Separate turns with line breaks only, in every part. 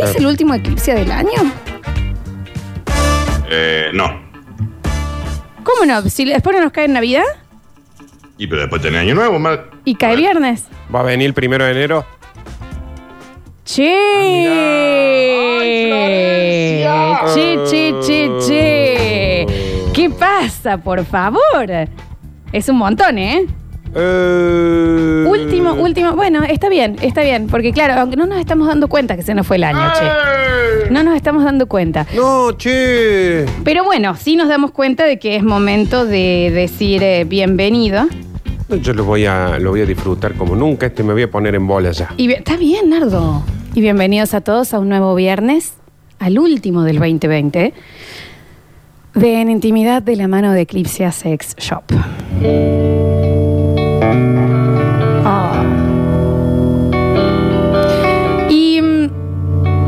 ¿Es el último eclipse del año?
Eh, no.
¿Cómo no? Si después no nos cae en Navidad
Y pero después Pues tenés año nuevo, mal.
y cae viernes.
Va a venir el primero de enero.
Che.
Ah,
Che, che, che, che. ¿Qué pasa, por favor? Es un montón, ¿eh?
Eh,
Último, último. Bueno, está bien, está bien. Porque claro, aunque no nos estamos dando cuenta que se nos fue el año, che. No nos estamos dando cuenta.
Eh. No, che.
Pero bueno, sí nos damos cuenta de que es momento de decir eh, bienvenido.
No, Yo lo voy, a, lo voy a disfrutar como nunca. Este me voy a poner en bola ya.
Y bien- está bien, Nardo. Y bienvenidos a todos a un nuevo viernes, al último del 2020, de En Intimidad de la mano de Eclipse Sex Shop. Ah. Y,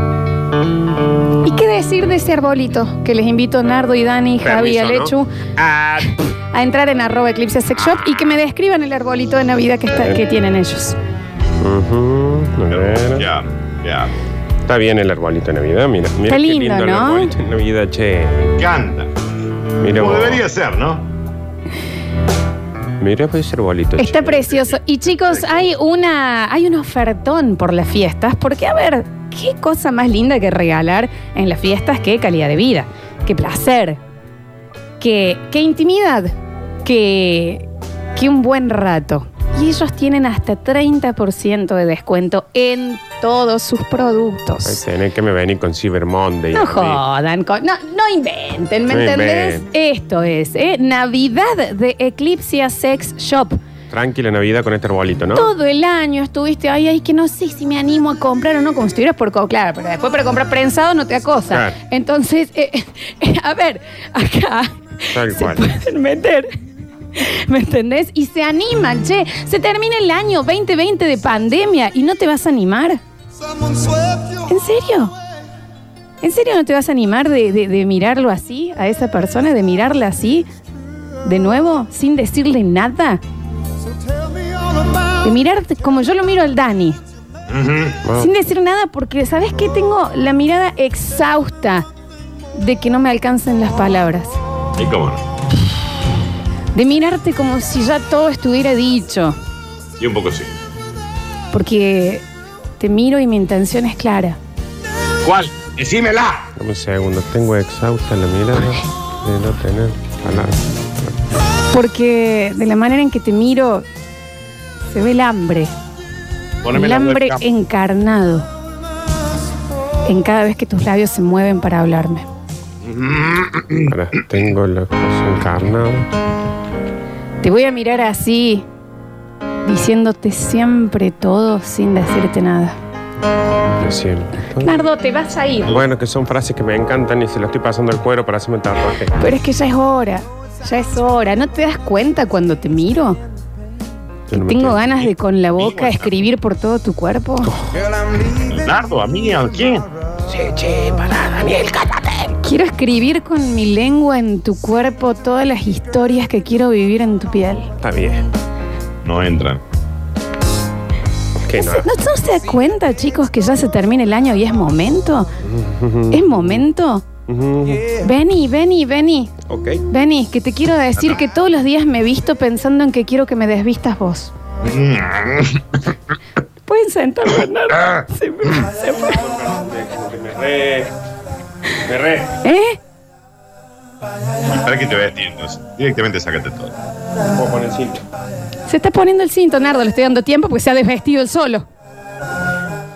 mm, ¿y qué decir de ese arbolito que les invito Nardo y Dani, Javi y
Permiso,
Alechu
¿no? Ah,
a entrar en arroba Eclipse Sex Shop y que me describan el arbolito de Navidad que, está- que tienen ellos?
ujú, a ver.
Ya, ya.
Está bien el arbolito de Navidad, mira. mira
Está
qué
lindo,
el
¿no?
arbolito de Navidad, che.
Canta.
Mira
Como
vos.
debería ser, ¿no?
Mira pues, ese arbolito.
Está
che.
precioso. Y chicos, hay una, hay un ofertón por las fiestas, porque a ver, qué cosa más linda que regalar en las fiestas que calidad de vida, qué placer, que, que intimidad, que, que un buen rato. Y ellos tienen hasta 30% de descuento en todos sus
Ahí
productos.
tenés que me venir con Cyber Monday.
No
a mí.
jodan, co- no, no inventen, ¿me
No
entendés?
inventen.
Esto es, ¿eh? Navidad de Eclipsia Sex Shop.
Tranquila Navidad con este arbolito, ¿no?
Todo el año estuviste ahí, ay, que no sé si me animo a comprar o no, como si estuvieras por co- claro, pero después para comprar prensado no te acosa.
Claro.
Entonces, eh, eh, a ver, acá
Tal
se
cual.
pueden meter. ¿Me entendés? Y se animan, che. Se termina el año 2020 de pandemia y no te vas a animar. ¿En serio? ¿En serio no te vas a animar de, de- de mirarlo así, a esa persona, de mirarla así, de nuevo, sin decirle nada? De mirarte como yo lo miro al Dani,
Ah.
Wow.
sin decir nada, porque ¿sabes qué? Tengo la mirada exhausta de que no me alcancen las palabras.
¿Y cómo no?
De mirarte como si ya todo estuviera dicho,
Y un poco sí.
porque te miro y mi intención es clara.
¿Cuál? ¡Decímela!
Dame un segundo, tengo exhausta la mirada de no tener palabras.
Porque de la manera en que te miro, se ve el hambre.
Poneme
el
la
hambre
webcam.
encarnado en cada vez que tus labios se mueven para hablarme.
Pará, tengo la cosa encarnada.
Te voy a mirar así, diciéndote siempre todo sin decirte nada.
de siempre.
Nardo, te vas a ir.
Bueno, que son frases que me encantan y se lo estoy pasando al cuero para hacerme el tatuaje.
Pero es que ya es hora, ya es hora. ¿No te das cuenta cuando te miro?
Yo no me
Tengo
estoy- Oh.
ganas de con la boca
WhatsApp.
escribir por todo tu cuerpo.
¿Nardo? ¿A mí? ¿A quién?
Quiero escribir con mi lengua en tu cuerpo todas las historias que quiero vivir en tu piel.
Está bien.
No entran.
Que
¿No,
no.
se- no se da cuenta, chicos, que ya se termina el año y es momento?
Mm.
¿Es momento? Vení, vení, vení.
ok.
Vení, que te quiero decir que todos los días me visto pensando en que quiero que me desvistas vos. Pueden sentar, Bernardo. Se me- se fue.
Me re. Me re.
¿Eh?
¿Para qué te voy a vestir entonces? Directamente sácate todo.
Puedo poner cinto.
Se está poniendo el cinto, Nardo. Le estoy dando tiempo porque se ha desvestido él solo.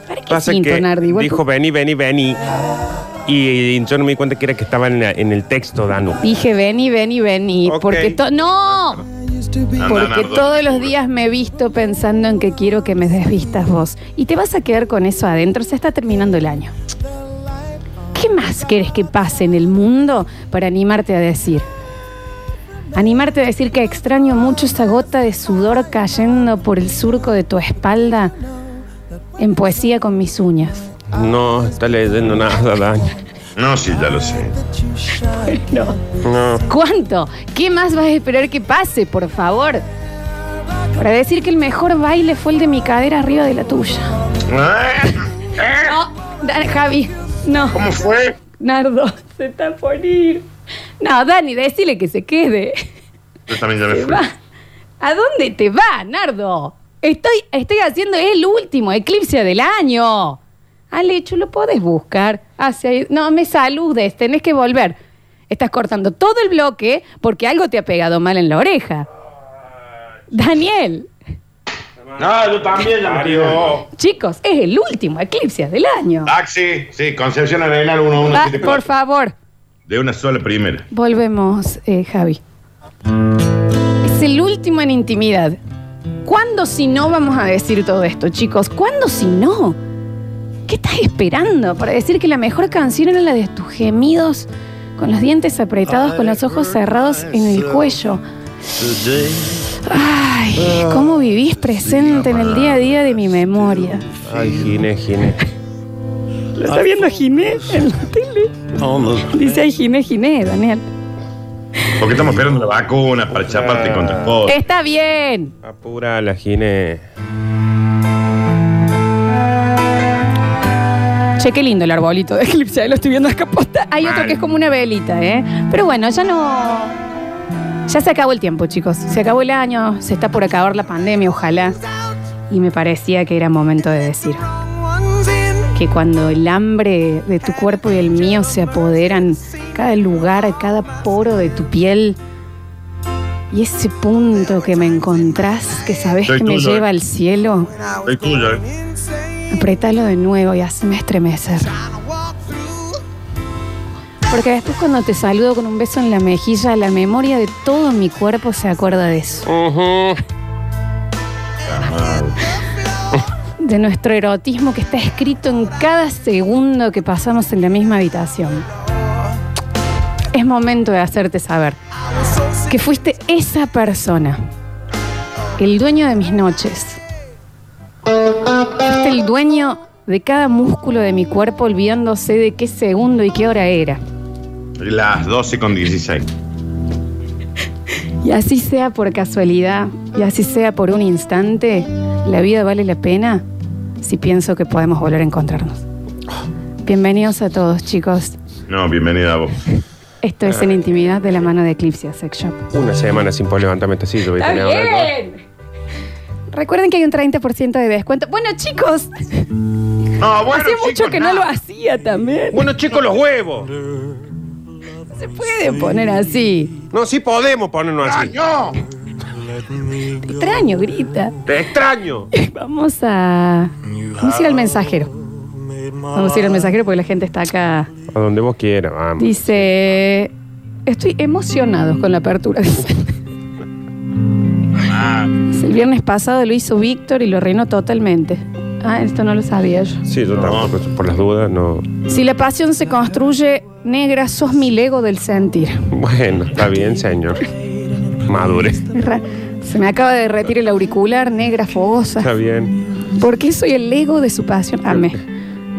¿Para qué
Pasa
cinto,
que
Nardo? Igual
dijo vení, vení, vení. Y, y yo no me di cuenta que era que estaba en, la- en el texto, Danu.
Dije, vení, vení, vení.
Ok.
Porque to- ¡No!
Anda,
Porque
Nardo.
todos los días me visto pensando en que quiero que me desvistas vos. Y te vas a quedar con eso adentro. Se está terminando el año. ¿Qué más querés que pase en el mundo para animarte a decir? Animarte a decir que extraño mucho esa gota de sudor cayendo por el surco de tu espalda en poesía con mis uñas.
No está leyendo nada, Danu.
No, sí, ya lo sé.
No.
¿Cuánto? ¿Qué más vas a esperar que pase, por favor? Para decir que el mejor baile fue el de mi cadera arriba de la tuya. No, Dan- Javi, no.
Ah. ¿Cómo fue?
Nardo, se está por ir. No, Dani, decile que se quede.
Yo también ya me
Se
fui.
va. ¿A dónde te va, Nardo? Estoy, estoy haciendo el último eclipse del año. Al hecho, lo podés buscar. Hacia ahí. No me saludes, tenés que volver. Estás cortando todo el bloque porque algo te ha pegado mal en la oreja. Daniel,
No, yo también ya me
Mario.
chicos, es el último eclipse del año.
Taxi. Ah, Sí, Concepción Arenal
Va, por
117.
favor.
De una sola primera.
Volvemos, eh, Javi. Es el último en intimidad. ¿Cuándo si no vamos a decir todo esto, chicos? ¿Cuándo si no? ¿Qué estás esperando para decir que la mejor canción era la de tus gemidos, con los dientes apretados, con los ojos cerrados en el cuello? Ay, ¿cómo vivís presente en el día a día de mi memoria?
Ay, Gine, Gine.
Lo está viendo Giné en la tele. Dice ahí Giné, Giné, Daniel.
Porque estamos esperando la vacuna para chaparte contra todo.
Está bien.
Apura Ah, la Gine.
Che, qué lindo el arbolito de eclipse, ahí lo estoy viendo acá posta. Hay otro
Mal.
que es como una velita, ¿eh? Pero bueno, ya no. Ya se acabó el tiempo, chicos. Se acabó el año, se está por acabar la pandemia, ojalá. Y me parecía que era momento de decir que cuando el hambre de tu cuerpo y el mío se apoderan, cada lugar, cada poro de tu piel y ese punto que me encontrás, que sabes
Soy
que me
tuyo,
lleva
eh.
al cielo,
Soy tuyo, ¿eh?
apretalo de nuevo y hazme estremecer. Porque después cuando te saludo con un beso en la mejilla, la memoria de todo mi cuerpo se acuerda de eso. De nuestro erotismo que está escrito en cada segundo que pasamos en la misma habitación. Es momento de hacerte saber que fuiste esa persona, el dueño de mis noches. Fuiste el dueño de cada músculo de mi cuerpo olvidándose de qué segundo y qué hora era.
Las 12 con 16.
Y así sea por casualidad, y así sea por un instante, la vida vale la pena si pienso que podemos volver a encontrarnos. Bienvenidos a todos, chicos.
No, bienvenida a vos.
Esto es en intimidad de la mano de Eclipse Sex Shop.
Una semana sin poder levantarme este sitio. ¿viste?
Recuerden que hay un 30% de descuento. Bueno, chicos,
No, bueno,
hacía mucho
chicos,
que no lo hacía también.
Bueno, chicos, los huevos.
No se puede poner así.
No, sí podemos ponernos así.
¡Año!
Te extraño, grita.
Te extraño.
Vamos a. Vamos a ir al mensajero. Vamos a ir al mensajero porque la gente está acá.
A donde vos quieras, vamos.
Dice, estoy emocionado con la apertura. dice. Dice, El viernes pasado lo hizo Víctor y lo reinó totalmente. Ah, esto no lo sabía yo.
Sí, yo
No.
tampoco, por las dudas, no.
Si la pasión se construye negra, sos mi lego del sentir.
Bueno, está bien, señor. Madure.
Es ra- Se me acaba de derretir el auricular, negra
Está
fogosa.
bien.
¿Por qué soy el lego de su pasión? Amé.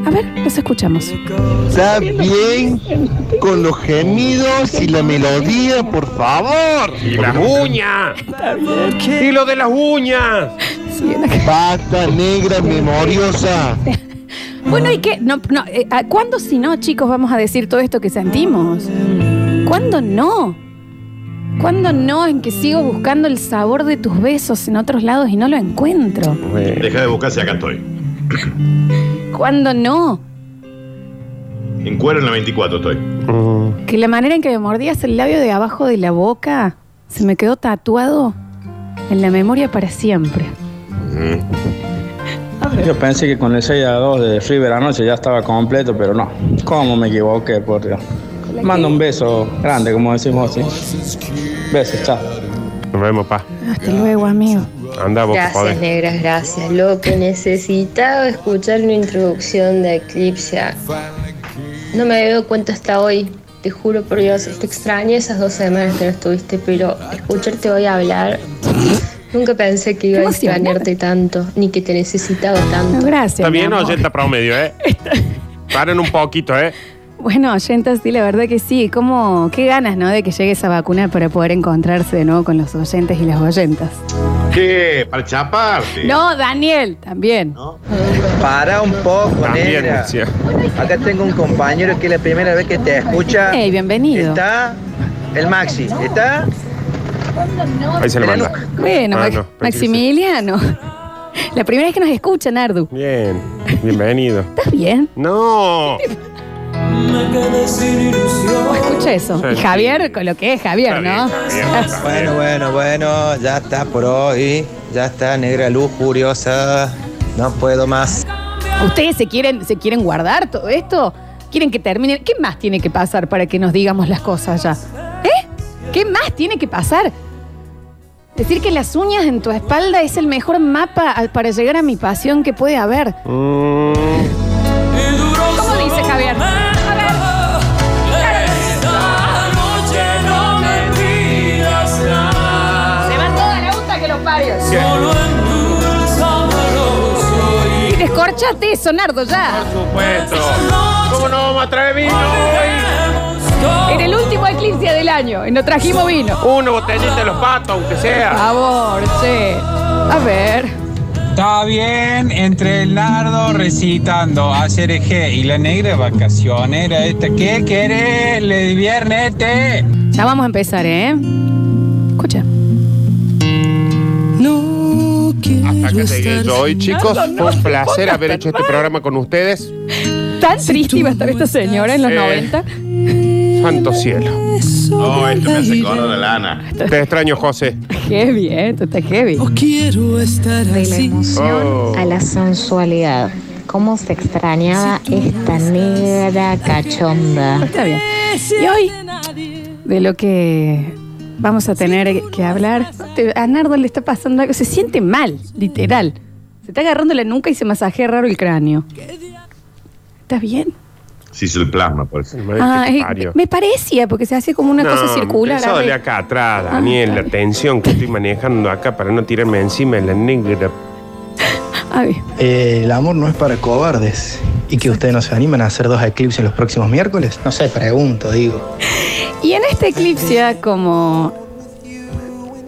A ver, los escuchamos.
Está bien con los gemidos y la melodía, por favor.
Y las uñas. Y lo de las uñas.
Siguen acá.
Pata negra memoriosa.
Bueno, ¿y qué? No, no, eh, ¿a- ¿Cuándo si no, chicos, vamos a decir todo esto que sentimos? ¿Cuándo no? ¿Cuándo no en que sigo buscando el sabor de tus besos en otros lados y no lo encuentro?
Bueno,
Deja de buscar si acá estoy.
¿Cuándo no?
En cuero en la 24 estoy.
mm,
Que la manera en que me mordías el labio de abajo de la boca se me quedó tatuado en la memoria para siempre.
Mm. Yo pensé que con el 6 a 2 de River anoche ya estaba completo, pero no. ¿Cómo me equivoqué, por Dios? Mando un beso grande, como decimos así. Besos, chao.
nos vemos, pa.
Hasta luego, amigo.
Anda vos, que
Gracias,
podés.
negras, gracias. Lo que necesitaba escuchar una introducción de Eclipse. No me había dado cuenta hasta hoy. Te juro por Dios, te extrañé esas dos semanas que no estuviste, pero escucharte hoy hablar, nunca pensé que iba
Qué
a
emoción,
extrañarte tanto, ni que te necesitaba
No,
tanto.
gracias.
Está
Este, mi
bien,
amor.
oyenta promedio, ¿eh? Paren un poquito, ¿eh?
Bueno, oyentas, sí, la verdad que sí. ¿Cómo, qué ganas, ¿no? De que llegue esa vacuna para poder encontrarse de nuevo con los oyentes y las oyentas.
¿Qué? Para chaparte.
No, Daniel, también.
¿No?
Para un poco,
También,
negra.
sí.
Acá tengo un compañero que es la primera vez que te escucha.
Hey, bienvenido.
Está el Maxi. Está
Ahí se lo manda.
Bueno,
Ah,
Max-
no, pensé que sí.
Maximiliano. La primera vez que nos escuchan, Ardu.
Bien, bienvenido.
¿Estás bien? O
No.
Oh, escucha eso. Y
Sí.
Javier, con lo que es Javier, ¿no?
Bueno, bueno, bueno, ya está por hoy. Ya está, negra luz curiosa. No puedo más.
¿Ustedes se quieren, se quieren guardar todo esto? ¿Quieren que termine? ¿Qué más tiene que pasar para que nos digamos las cosas ya? ¿Eh? ¿Qué más tiene que pasar? Decir que las uñas en tu espalda es el mejor mapa al- para llegar a mi pasión que puede haber.
Mm.
¿Cómo dice Javier? A ver. Se va toda la puta que los parió. Y descorchate eso, Nardo, ya.
Supuesto. ¿Cómo no vamos a traer vino hoy?
En el último eclipse del año. Y nos trajimos vino.
Una botellita de los patos, aunque
Por
sea.
favor, che. A ver.
Está bien entre el nardo recitando hacer eje y la negra vacacionera esta. ¿Qué querés? Le diviérnete.
Ya vamos a empezar, ¿eh? Escucha.
Hasta que llegué yo hoy, chicos. Fue un placer haber hecho este programa con ustedes.
Tan triste iba a estar esta señora en los
Eh.
90.
Santo cielo.
No, esto me hace con la lana.
Te extraño, José.
Heavy, ¿eh? Esto está heavy.
De la emoción
Oh.
a la sensualidad. ¿Cómo se extrañaba esta negra cachonda?
Está bien. Y hoy, de lo que vamos a tener que hablar, te- a Nardo le está pasando algo. Se siente mal, literal. Se está agarrando la nuca y se masajea raro el cráneo. ¿Estás bien?
Se hizo el plasma, por eso.
Ah,
Ay, que
eh,
parió.
me parecía, porque se hace como una
No,
cosa circular.
Eso
a ver. Ah,
de acá atrás, Daniel, la tensión que estoy manejando acá para no tirarme encima de la negra.
A ver.
Eh, el amor no es para cobardes. ¿Y que ustedes no se animan a hacer dos eclipses los próximos miércoles? No sé, pregunto, digo.
Y en este eclipse, como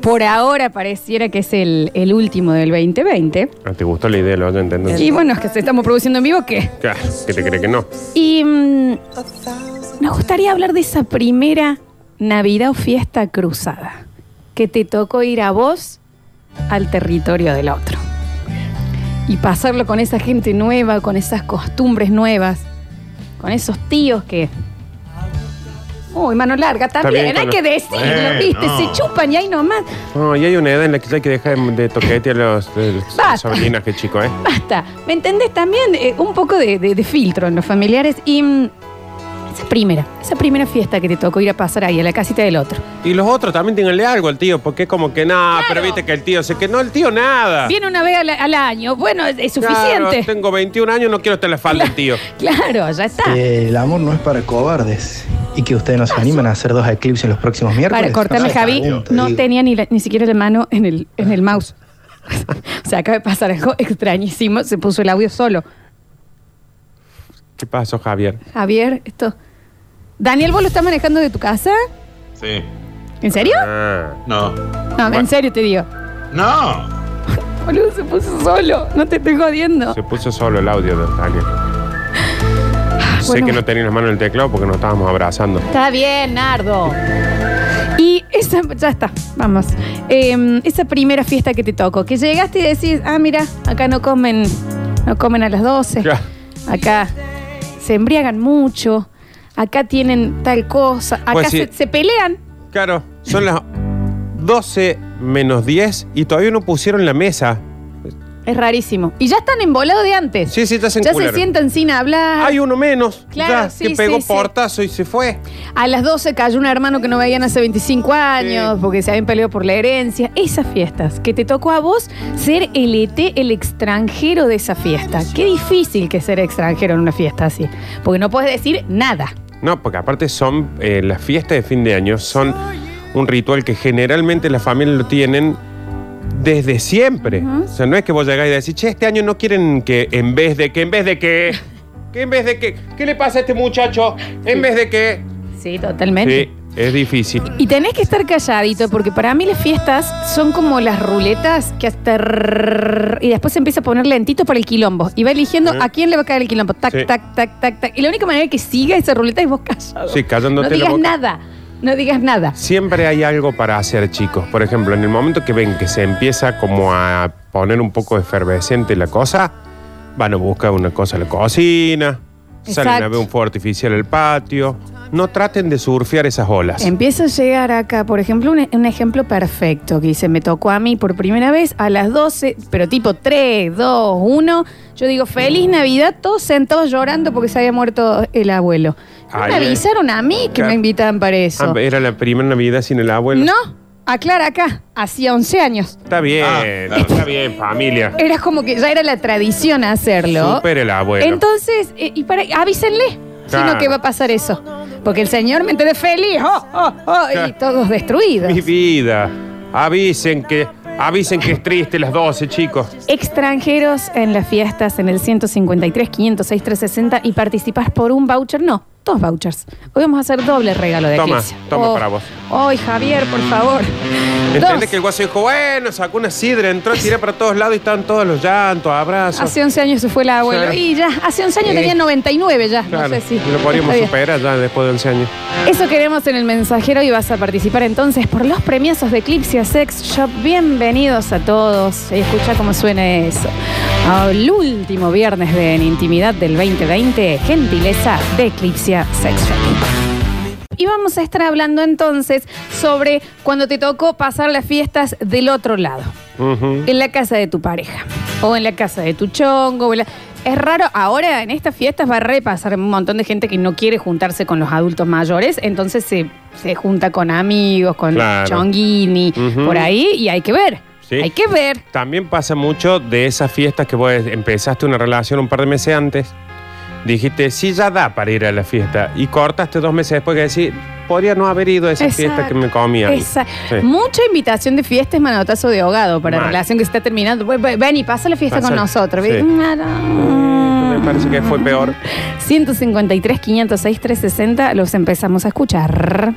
por ahora pareciera que es el, el último del 2020,
Ah, ¿Te gustó la idea? Lo vas a entender.
y bueno, es que se estamos produciendo en vivo, ¿qué?
Claro, ¿Qué te cree que no?
Y mm, nos gustaría hablar de esa primera Navidad o fiesta cruzada, que te tocó ir a vos al territorio del otro. Y pasarlo con esa gente nueva, con esas costumbres nuevas, con esos tíos que... Uy, mano larga también,
bien,
hay
con
que
los-
decirlo,
Bueno.
¿viste? Se chupan y ahí nomás.
No, y hay una edad en la que ya hay que dejar de- de toquetear los, de los
Basta.
sobrinas, que chico, ¿eh?
Basta. ¿Me entendés? También eh, un poco de, de- de filtro en los familiares. Y mm, esa primera, esa primera fiesta que te tocó ir a pasar ahí, a la casita del otro.
Y los otros también tienenle algo al tío, porque es como que nada, pero viste que el tío se que no, el tío nada.
Viene una vez al, al año. Bueno, es, es
Claro,
suficiente. Claro,
tengo 21 años, no quiero estar en la falda del tío.
ya está.
Eh, el amor no es para cobardes. ¿Y que ustedes no se animan a hacer dos eclipses los próximos miércoles?
Para, cortame,
No sé,
Javi.
pregunto,
No
digo.
tenía ni, la- ni siquiera la mano en el, en el mouse. o sea, acaba de pasar algo extrañísimo. Se puso el audio solo.
¿Qué pasó, Javier?
Javier, esto. Daniel, ¿vos lo estás manejando de tu casa?
Sí.
¿En serio?
Ah,
No.
No, en serio te digo.
No.
Boludo, se puso solo. No te estoy jodiendo.
se puso solo el audio de Daniel. sé
Ah, bueno.
que no tenía las manos en el teclado porque nos estábamos abrazando.
Está bien, Nardo. Y esa, ya está, vamos. Eh, esa primera fiesta que te tocó, que llegaste y decís, ah, mira, acá no comen, no comen a las 12.
Ya.
Acá se embriagan mucho. Acá tienen tal cosa. Acá
Pues sí.
se, se pelean.
Claro, son las 12 menos 10 y todavía no pusieron la mesa.
Es rarísimo. Y ya están embolados de antes.
Sí, sí, estás en
ya se sientan sin hablar.
Hay uno menos.
Claro,
ya,
sí,
que pegó
sí, sí.
portazo y se fue.
A las 12 cayó un hermano que no veían hace 25 años
Sí.
porque se habían peleado por la herencia. Esas fiestas que te tocó a vos ser el ET, el extranjero de esa fiesta. Qué difícil que ser extranjero en una fiesta así. Porque no puedes decir nada.
No, porque aparte son eh, las fiestas de fin de año, son un ritual que generalmente las familias lo tienen desde siempre. O sea, no es que vos llegás y decís, che, este año no quieren que en vez de que, en vez de que, que en vez de que, ¿qué le pasa a este muchacho? En vez de que.
Sí, totalmente.
Sí, Es difícil.
Y tenés que estar calladito porque para mí las fiestas son como las ruletas que hasta... rrrr, Y después se empieza a poner lentito por el quilombo. Y va eligiendo
Sí.
a quién le va a caer el quilombo. Tac,
Sí.
tac, tac, tac, tac. Y la única manera que siga esa ruleta es vos callado.
Sí,
No
callándote la
digas
boca.
nada. No digas nada.
Siempre hay algo para hacer, chicos. Por ejemplo, en el momento que ven que se empieza como a poner un poco efervescente la cosa, van a buscar una cosa en la cocina, salen
Exacto.
a ver un fuego artificial al patio. No traten de surfear esas olas.
Empiezo a llegar acá, por ejemplo, un, un ejemplo perfecto que dice, me tocó a mí por primera vez a las 12, pero tipo 3, 2, 1. Yo digo, feliz
Mm.
Navidad, todos sentados llorando porque se había muerto el abuelo. No
Ay,
me
eh.
avisaron a mí que
Claro.
me invitaban para eso.
Ah, era la primera Navidad sin el abuelo.
No, aclara acá, hacía 11 años.
Está bien,
Ah,
está bien, familia.
Era como que ya era la tradición hacerlo.
Super el abuelo.
Entonces, eh, y para, avísenle,
Claro.
sino que va a pasar eso. Porque el señor me enteré feliz, oh, oh, oh, y
Claro.
todos destruidos.
Mi vida. Avisen que, avisen que es triste las 12, chicos.
Extranjeros en las fiestas en el 153, 506, 360 y participás por un voucher. No, dos vouchers. Hoy vamos a hacer doble regalo de
Toma,
eclipse.
toma
Oh,
para vos. Mm.
Ay, Javier, por favor.
Entendés
Dos.
que el guaso dijo, bueno, sacó una sidra, entró, tiré para todos lados y estaban todos los llantos, abrazos.
Hace 11 años se fue el abuelo.
Claro.
Y ya, hace 11 años
Eh.
tenía 99 ya.
Claro,
no sé si.
lo podríamos
Está bien.
superar ya después de 11 años.
Eso queremos en el mensajero y vas a participar entonces por los premiazos de Eclipse Sex Shop. Bienvenidos a todos. Escucha cómo suena eso. Al último viernes de En Intimidad del 2020, gentileza de Eclipse Sex Shop. Y vamos a estar hablando entonces sobre cuando te tocó pasar las fiestas del otro lado,
Ujú.
en la casa de tu pareja, o en la casa de tu chongo. o en la- Es raro, ahora en estas fiestas va a repasar un montón de gente que no quiere juntarse con los adultos mayores, entonces se, se junta con amigos, con
Claro.
chonguini,
Ujú.
por ahí, y hay que ver.
Sí.
Hay que ver.
También pasa mucho de esas fiestas que vos empezaste una relación un par de meses antes. Dijiste, sí, ya da para ir a la fiesta. Y cortaste dos meses después que decís, podría no haber ido a esa fiesta
Exacto.
que me comía.
Esa-
Sí.
Mucha invitación de fiesta es manotazo de ahogado para
Mal.
relación que se está terminando. Ven, Ven ven y pasa la fiesta con
Pasa.
nosotros. Mm,
Sí.
Me
Me parece que fue peor.
153, 506, 360, los empezamos a escuchar.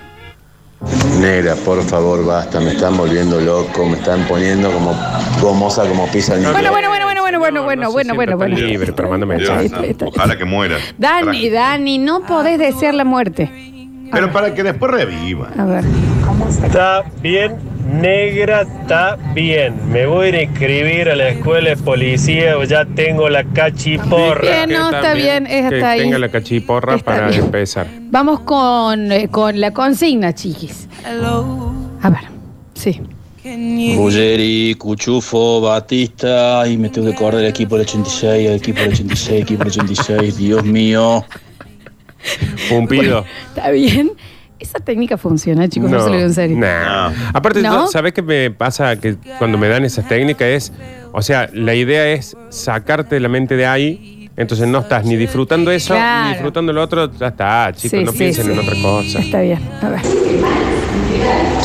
Negra, por favor, basta, me están volviendo loco, me están poniendo como gomosa como pizza al
Bueno,
niño.
bueno, bueno, bueno, bueno, bueno, bueno, bueno, bueno, bueno.
Libre, pero mándame
Dios,
mensaje.
Ojalá que muera.
Dani, Dani, no podés desear la muerte.
Pero para que después reviva.
A ver.
Está bien, negra, está bien. Me voy a ir a inscribir a la escuela de policía, ya tengo la cachiporra.
Bien, no, está bien, es
que
hasta ahí.
tenga la cachiporra
Está
para
bien.
empezar.
Vamos con, eh, con la consigna, chiquis. A ver, sí.
Ruggeri, Cuchufo, Batista, y me tengo que correr el equipo del 86, el equipo del 86, equipo del 86, Dios mío.
Un pido.
Está bien. Esa técnica funciona, chicos, no, se lo digo en serio.
no. Aparte,
¿No?
yo- ¿sabes qué me pasa? Que cuando me dan esas técnicas es, o sea, la idea es sacarte la mente de ahí, entonces no estás ni disfrutando eso,
Claro.
ni disfrutando lo otro, ya está, chicos,
Sí,
no
sí,
piensen
sí.
en otra cosa.
Está bien, a ver.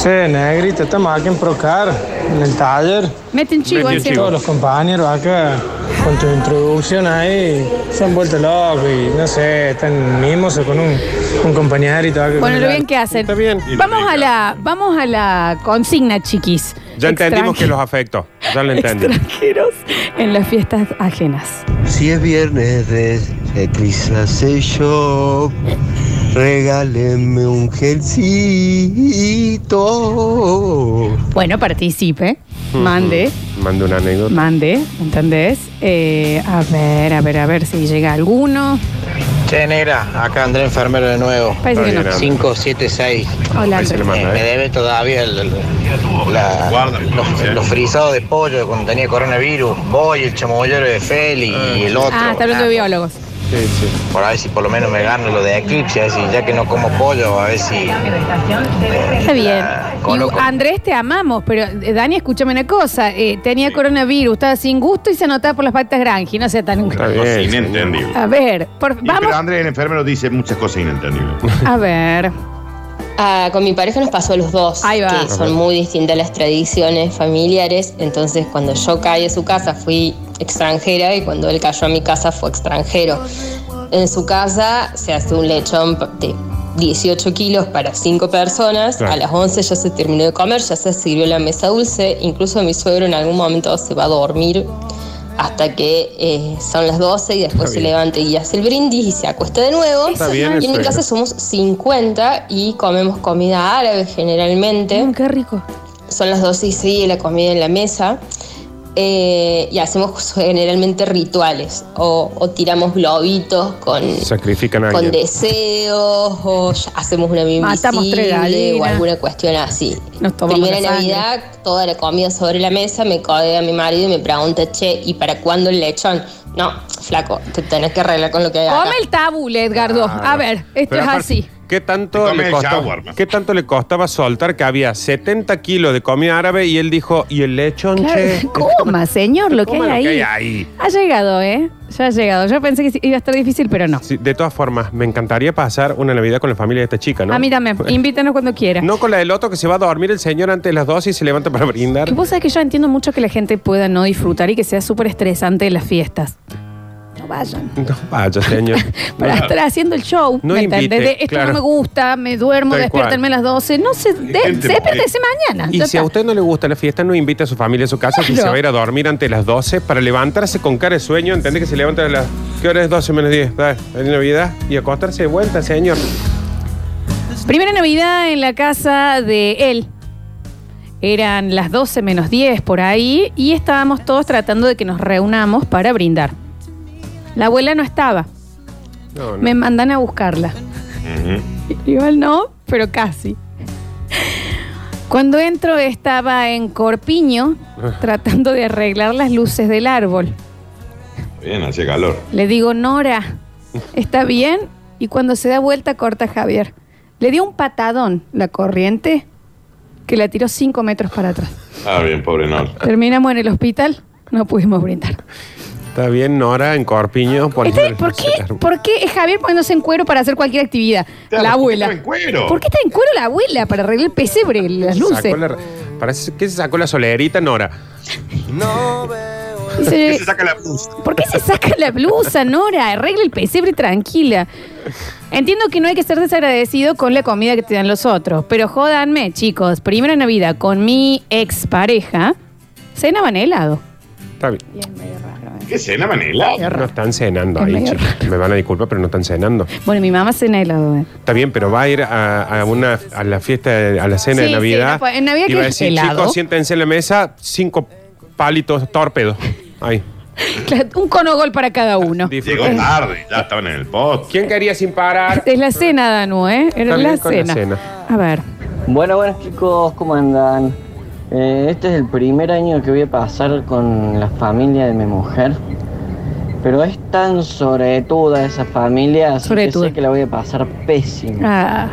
Che, negrita,
este
estamos aquí en Procar, en el taller.
Mete un chivo, en
Todos
serio.
los compañeros acá, con tu introducción ahí, se han vuelto locos y no sé, están mimosos con un, un compañerito acá.
Bueno, lo bien que hacen. Está bien. Vamos a la, vamos a la consigna, chiquis.
Ya entendimos
Extranjeros-
que los afectos, ya lo entendimos.
Extranjeros en las fiestas ajenas.
Si es viernes de Eclipse Shop, regálenme un gelcito.
Bueno, participe. Mande.
Mando una anécdota.
Mande, ¿entendés? Eh, a ver, a ver, a ver si llega alguno.
Che, negra, acá André Enfermero de nuevo.
Parece que no.
576.
Hola, Ahí se André. le manda,
Eh,
¿eh?
Me debe todavía el- el- la- los, los frisados de pollo cuando tenía coronavirus. Voy, el chamoyero de Feli y el otro.
Ah, está hablando de biólogos.
Sí, sí.
Por a ver si por lo menos me gano lo de Eclipse, a ver si ya que no como pollo, a ver si...
Está bien.
coloco.
Y, Andrés, te amamos, pero eh, Dani, escúchame una cosa. Eh, tenía coronavirus, estaba sin gusto y se anotaba por las patas granji. No sea tan...
Muchas cosas inentendibles.
A ver, por-
Y,
vamos
pero Andrés, el enfermero, dice muchas cosas inentendibles.
a ver.
Ah, con mi pareja nos pasó a los dos,
Ahí va.
que son
Ajá.
muy distintas las tradiciones familiares. Entonces, cuando yo caí a su casa fui extranjera y cuando él cayó a mi casa fue extranjero. En su casa se hace un lechón de 18 kilos para 5 personas, a las 11 ya se terminó de comer, ya se sirvió la mesa dulce, incluso mi suegro en algún momento se va a dormir hasta que eh, son las 12 y después
Está
se
bien.
levanta y hace el brindis y se acuesta de nuevo.
Está bien el
y en mi
suegro.
casa somos 50 y comemos comida árabe generalmente.
Mm, qué rico.
Son las 12 y sigue la comida en la mesa. Eh, y hacemos generalmente rituales o, o tiramos globitos con,
Sacrifican a
con
alguien.
deseos o ya hacemos una mimicida
Matamos tres
o
gallinas.
alguna cuestión así.
Nos tomamos
Primera
la sangre.
Navidad, toda la comida sobre la mesa, me codea mi marido y me pregunta, che, ¿y para cuándo el lechón? No, flaco, te tenés que arreglar con lo que hay acá.
Come el tabul, Edgardo. A ver, esto
Pero
es
aparte,
así.
¿Qué
Te
tanto,
come
le
el
costaba,
shawarma.
¿Qué tanto le costaba soltar que había 70 kilos de comida árabe y él dijo, ¿y el lechón, che?
Claro, coma, señor, lo que
Coma
hay ahí. Ha llegado, ¿eh? Ya ha llegado. Yo pensé que sí- iba a estar difícil, pero no.
Sí, de todas formas, me encantaría pasar una Navidad con la familia de esta chica, ¿no?
A mí también. Invítanos cuando quiera.
No con la del otro que se va a dormir el señor antes de las 12 y se levanta para brindar.
Que vos sabés que yo entiendo mucho que la gente pueda no disfrutar y que sea súper estresante las fiestas. No vayan.
No vaya, señor.
Para
No.
estar haciendo el show,
No
¿me
invite,
entendés? De, Esto
claro.
no me gusta, me duermo,
Tal
despiértenme
cual.
a las 12. No se, de,
gente
despiértese mañana.
Y
Ya
si a
está.
usted no le gusta la fiesta, no invite a su familia a su casa que
Claro.
se va a ir a dormir antes de las 12 para levantarse con cara de sueño. Entiende que se levanta a las. ¿Qué hora es 12 menos 10? Dale, dale Navidad y acostarse de vuelta, señor.
Primera Navidad en la casa de él. Eran las 12 menos 10 por ahí y estábamos todos tratando de que nos reunamos para brindar. La abuela no estaba.
No, no.
Me mandan a buscarla. Igual no, pero casi. Cuando entro estaba en Corpiño
Ah.
tratando de arreglar las luces del árbol.
Bien, hace calor.
Le digo, Nora, ¿está bien? Y cuando se da vuelta, corta Javier. Le dio un patadón la corriente que la tiró cinco metros para atrás.
Ah, bien, pobre Nor.
Terminamos en el hospital, no pudimos brindar.
Está bien, Nora, en Corpiño.
Está-
poniéndole
¿Por
luz
qué,
al árbol.
¿Por qué es Javier poniéndose en cuero para hacer cualquier actividad?
Claro,
la
¿por qué
abuela.
está en cuero?
¿Por qué está en cuero la abuela para arreglar el pesebre, las luces?
Sacó la- parece que se sacó la solerita, Nora.
Dice,
Saca la blusa.
¿Por qué se saca la blusa, Nora? Arregla el pesebre tranquila. Entiendo que no hay que ser desagradecido con la comida que te dan los otros, pero jodanme, chicos. Primera Navidad con mi expareja, cenaban helado.
Está bien.
¿eh?
¿Qué cena, Manela?
No están cenando
Es
ahí,
medio
chicos. Me van a disculpar, pero no están cenando.
Bueno, mi mamá cena helado. ¿eh?
Está bien, pero va a ir a, a una, a la fiesta, de- a la cena
Sí,
de
sí,
Navidad.
no puede- en Navidad
y va
que
a
es
decir,
helado.
chicos, siéntense en la mesa, cinco palitos, torpedos. Ahí.
Claro, Un conogol para cada uno.
Llegó tarde, ya estaban en el post.
¿Quién quería sin parar?
Es la cena, Danu, ¿eh? Era
Está bien
la
con la
cena.
cena.
A ver.
Bueno, buenas chicos, ¿cómo andan? Eh, este es el primer año que voy a pasar con la familia de mi mujer, pero es tan sobretuda esa familia, así que
Sobretuda.
sé que la voy a pasar pésimo.
Ah,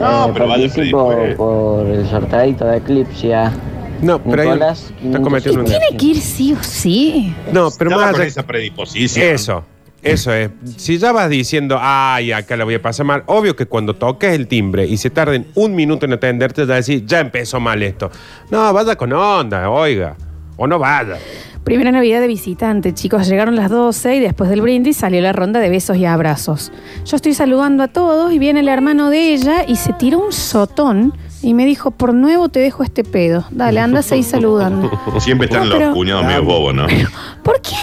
Eh, participo por el sorteadito de Eclipsia.
No, pero ahí
Nicolás,
está cometiendo un
tiene que ir sí o sí.
No, pero
Estaba
más
con
allá.
esa predisposición.
Ah, Eso. Eso es. Si ya vas diciendo, ay, acá la voy a pasar mal, obvio que cuando toques el timbre y se tarden un minuto en atenderte, ya decís, ya empezó mal esto. No, vaya con onda, oiga. O no vaya.
Primera Navidad de visitante, chicos. Llegaron las 12 y después del brindis salió la ronda de besos y abrazos. Yo estoy saludando a todos y viene el hermano de ella y se tiró un sotón y me dijo, por nuevo te dejo este pedo. Dale, anda ahí saludando.
Siempre están
No,
los
pero-
cuñados medio bobos, ¿no?
¿Por qué?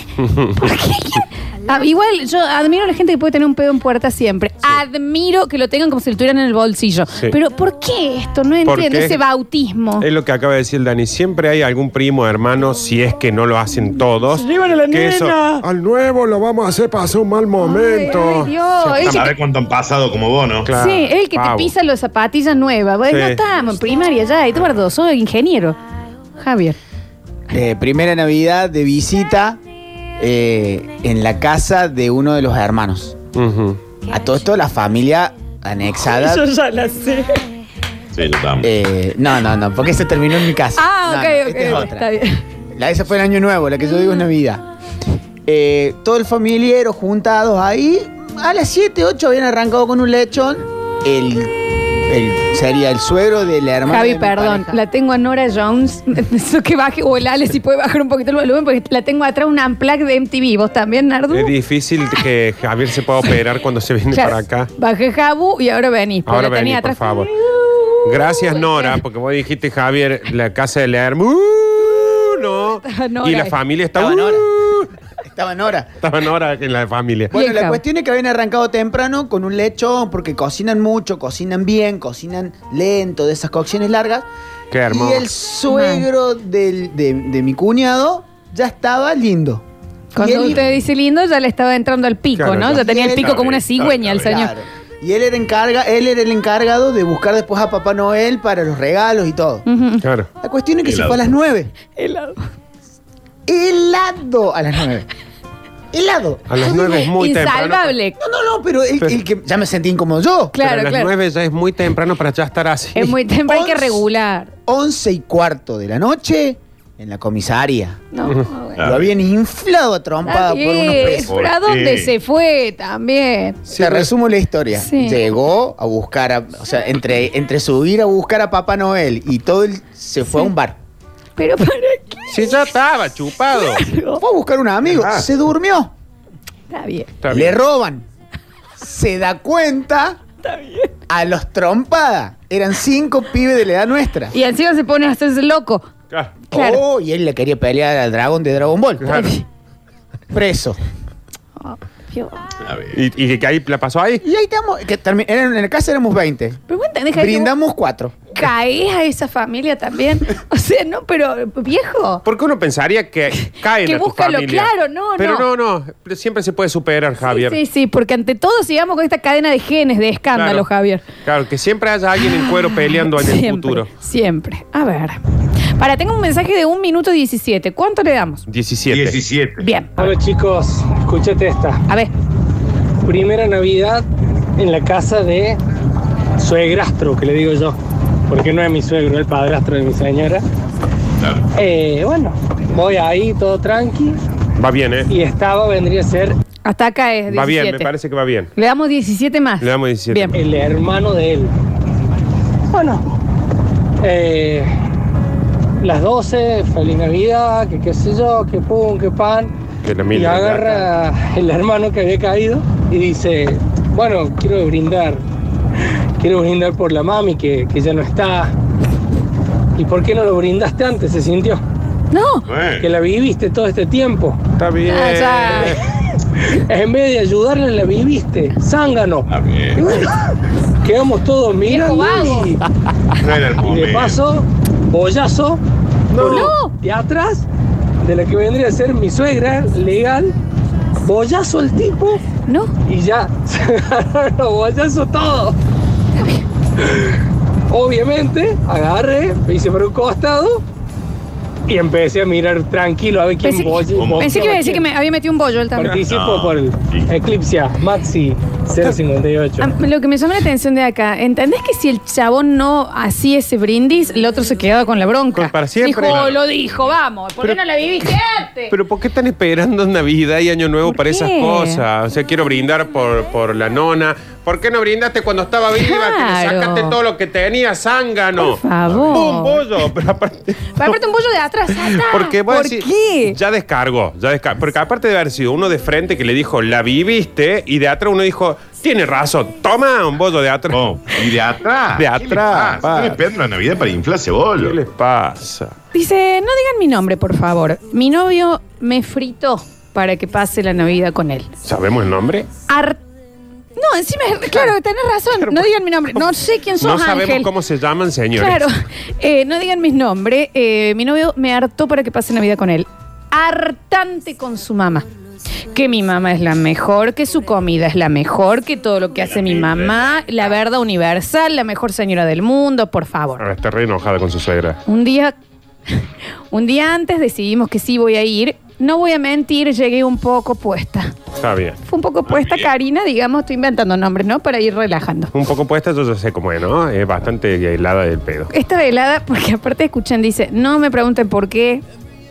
Ah, igual yo admiro a la gente que puede tener un pedo en puerta siempre. Admiro que lo tengan como si lo tuvieran en el bolsillo.
Sí.
Pero ¿por qué esto? No
¿Por
entiendo
qué? Eh,
ese bautismo.
Es lo que acaba de decir el Dani. Siempre hay algún primo, hermano, si es que no lo hacen todos.
Llévalo a la
que
nena.
al nuevo lo vamos a hacer pasar un mal momento.
Ay, Dios,
A
es que-
ver cuánto han pasado como vos, ¿no?
Claro.
sí, es el que
pavo.
te pisa las zapatillas nuevas. Bueno,
Sí.
no estamos en primaria ya, Eduardo, soy ingeniero. Javier.
Eh, primera Navidad de visita eh, en la casa de uno de los hermanos. A todo esto la familia anexada.
ya la sé.
Sí, yo también.
Eh, no, no, no, porque se terminó en mi casa.
Ah,
No,
ok,
no,
ok,
esta es otra.
está bien.
La, esa fue el año nuevo, la que yo digo es Navidad. Eh, todo el familiero juntados ahí. A las 7, 8 habían arrancado con un lechón. El el- sería el suegro del hermano.
Javi,
de mi
perdón,
pareja.
la tengo a Nora Jones. Eso que baje, o el Ale, si puede bajar un poquito el volumen, porque la tengo atrás una unplug de MTV. ¿Vos también, Nardu?
Es difícil que Javier se pueda operar cuando se viene
Claro.
para acá.
Bajé Jabu y ahora venís. porque la
Ahora vení,
tenía
por
atrás.
favor. Gracias, Nora, porque vos dijiste, Javier, la casa del Hermo. No.
Nora.
Y la familia está.
Estaba
uh,
Nora. Estaba Nora.
Estaba Nora en la familia.
Bueno, la cuestión es que habían arrancado temprano con un lechón, porque cocinan mucho, cocinan bien, cocinan lento, de esas cocciones largas.
Qué hermoso.
Y el suegro del- de, de mi cuñado ya estaba lindo. Y
Cuando
él-
usted dice lindo, ya le estaba entrando al pico,
Claro,
¿no?
ya.
Ya tenía el
Está
pico como
bien,
una
está bien,
cigüeña el
está bien.
señor.
Y él era, encarga, él era el encargado de buscar después a Papá Noel para los regalos y todo.
Claro.
La cuestión es que se
Helado.
fue a las 9.
Helado.
Helado a las 9. Helado.
A las nueve es muy temprano.
Insalvable.
No, no, no, pero el,
Pero-
el que ya me sentí incómodo yo.
Pero a las nueve ya es muy temprano para ya estar así.
Es muy temprano, hay que
Once-
regular.
11 y cuarto de la noche en la comisaría.
No.
Lo habían inflado a trompada por unos
Bien,
presos.
pero ¿A dónde se fue también?
Te resumo la historia.
Sí.
Llegó a buscar, a- o sea, entre, entre subir a buscar a Papá Noel y todo, el- se fue a un bar.
Pero para qué.
Sí, ya estaba chupado.
Fue a buscar un amigo,
Ah.
se durmió.
Está bien.
Le roban. Se da cuenta. A los trompadas. Eran cinco pibes de la edad nuestra.
Y encima se pone a hacerse loco.
Ah.
Claro.
Oh, y él le quería pelear al dragón de Dragon Ball. Preso.
Y, y que ahí la pasó ahí.
Y ahí estamos. que termi- eran- en la casa éramos 20.
Pero vos entendés que hay que-
Brindamos cuatro.
caes a esa familia también. O sea, no, pero viejo.
Porque uno pensaría que caen
Que
a tu
busca lo
familia.
claro, no,
Pero
no.
no, no. pero Siempre se puede superar, Javier.
Sí, sí, porque ante todo sigamos con esta cadena de genes de escándalo,
Claro.
Javier.
Claro, que siempre haya alguien en cuero peleando en
Siempre,
el futuro.
Siempre. A ver. Para, tengo un mensaje de un minuto 17. ¿Cuánto le damos?
17. 17.
Bien.
Hola chicos, escúchate esta.
A ver.
Primera Navidad en la casa de suegrastro, que le digo yo, porque no es mi suegro, es el padrastro de mi señora. Eh, bueno, voy ahí todo tranqui
Va bien, ¿eh?
y estaba, vendría a ser...
Hasta acá es 17.
Va bien, me parece que va bien.
Le damos 17 más.
Le damos 17.
Bien.
El hermano de él. Bueno, eh, las 12, feliz Navidad, que qué sé yo, que pum, que pan.
Que la
Y
mil-
agarra el hermano que había caído y dice, bueno, quiero brindar, quiero brindar por la mami que, que ya no está. ¿Y por qué no lo brindaste antes? Se sintió.
No.
Que la viviste todo este tiempo.
Está bien.
Ah,
en vez de ayudarle, la viviste. Zángano. Y bueno, quedamos todos mirando y, y de paso, bollazo. por De atrás, de la que vendría a ser mi suegra legal, bollazo el tipo.
No.
Y ya, se agarraron los bollazos todos. Obviamente, agarré, me hice por un costado y empecé a mirar tranquilo a ver quién
Pensé,
bolla- bollaba
pensé que iba a decir
quién.
que me había metido un bollo él también.
Participo por el Eclipse Maxi 058.
Ah, Lo que me llama la atención de acá, ¿entendés que si el chabón no hacía ese brindis, el otro se quedaba con la bronca?
para siempre.
Dijo,
Claro.
lo dijo, vamos, ¿por qué no la viviste antes?
Pero ¿por qué están esperando Navidad y Año Nuevo para esas
qué?
cosas? O sea, quiero brindar por, por la nona. ¿Por qué no brindaste cuando estaba viva? Que
Claro.
le sacaste todo lo que tenía, zángano.
Por favor.
Un bollo. Pero aparte,
Para aparte un bollo de atrás, acá.
porque vos
¿Por
decís,
qué?
Ya descargó, ya descargó. Porque aparte de haber sido uno de frente que le dijo, la viviste, y de atrás uno dijo, tiene razón, toma un bollo de atrás.
Oh, y de atrás.
De
Ah, ¿Qué les pasa?
atrás.
Están esperando la Navidad para inflarse bolo. ¿Qué
les pasa?
Dice, no digan mi nombre, por favor. Mi novio me fritó para que pase la Navidad con él.
¿Sabemos el nombre?
Ar- no, encima, claro, tenés razón. No digan mi nombre. No sé quién sos,
no sabemos
Ángel.
cómo se llaman, señores.
Claro, Eh, no digan mis nombres. Eh, mi novio me hartó para que pase Navidad con él. Hartante con su mamá. Que mi mamá es la mejor, que su comida es la mejor, que todo lo que hace mi mamá, la verdad universal, la mejor señora del mundo, por favor.
Ahora Ah, está re enojada con su suegra.
Un día, un día antes decidimos que sí voy a ir. No voy a mentir, llegué un poco puesta.
Está bien.
Fue un poco puesta, Karina, digamos, estoy inventando nombres, ¿no? Para ir relajando.
Un poco puesta, yo ya sé cómo es, ¿no? Es bastante helada del pedo.
Esta velada, porque aparte escuchan, dice, no me pregunten por qué.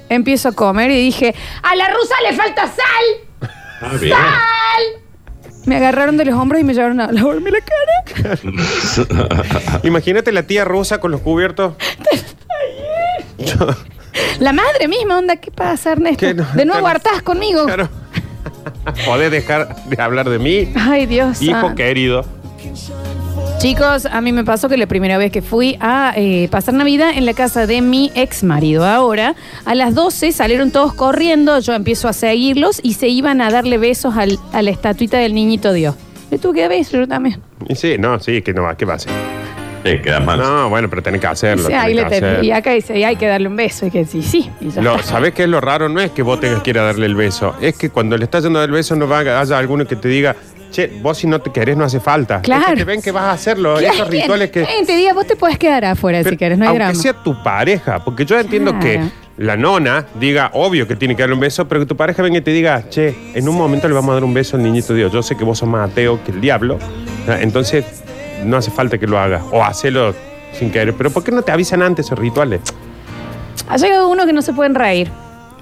Empiezo a comer y dije, a la rusa le falta sal.
Ah, bien.
¡Sal! Me agarraron de los hombros y me llevaron a lavarme la cara.
Imagínate la tía rusa con los cubiertos.
La madre misma, onda, ¿qué pasa, Ernesto?
¿Qué? No,
de nuevo
claro.
hartás conmigo.
¿Podés dejar de hablar de mí?
Ay, Dios.
Hijo
santo.
querido.
Chicos, a mí me pasó que la primera vez que fui a eh, pasar Navidad en la casa de mi ex marido ahora, a las 12 salieron todos corriendo, yo empiezo a seguirlos y se iban a darle besos al- a la estatuita del niñito Dios. Le tuve que dar besos yo también.
Y sí, no, sí, que no va, ¿qué va a hacer?
mal.
No, bueno, pero tenés que hacerlo.
Dice, ahí
tenés
le
que
tenés.
hacer.
y acá dice, y hay que darle un beso. Y que sí, sí. Y ya
Lo-
está.
¿Sabés qué es lo raro? No es que vos tengas que ir a darle el beso. Es que cuando le estás dando el beso no va a- haya alguno que te diga, che, vos si no te querés no hace falta.
Claro.
Es que te ven que vas a hacerlo.
Que
Esos
alguien-
rituales que...
alguien te diga, vos te puedes quedar afuera si querés, no hay
aunque
drama.
sea tu pareja, porque yo entiendo que
Claro.
la nona diga, obvio que tiene que darle un beso, pero que tu pareja venga y te diga, che, en un momento le vamos a dar un beso al niñito Dios. Yo sé que vos sos más ateo que el diablo, ¿ah? entonces no hace falta que lo hagas, o hacelo sin querer. Pero ¿por qué no te avisan antes esos rituales?
Ha llegado uno que no se pueden reír.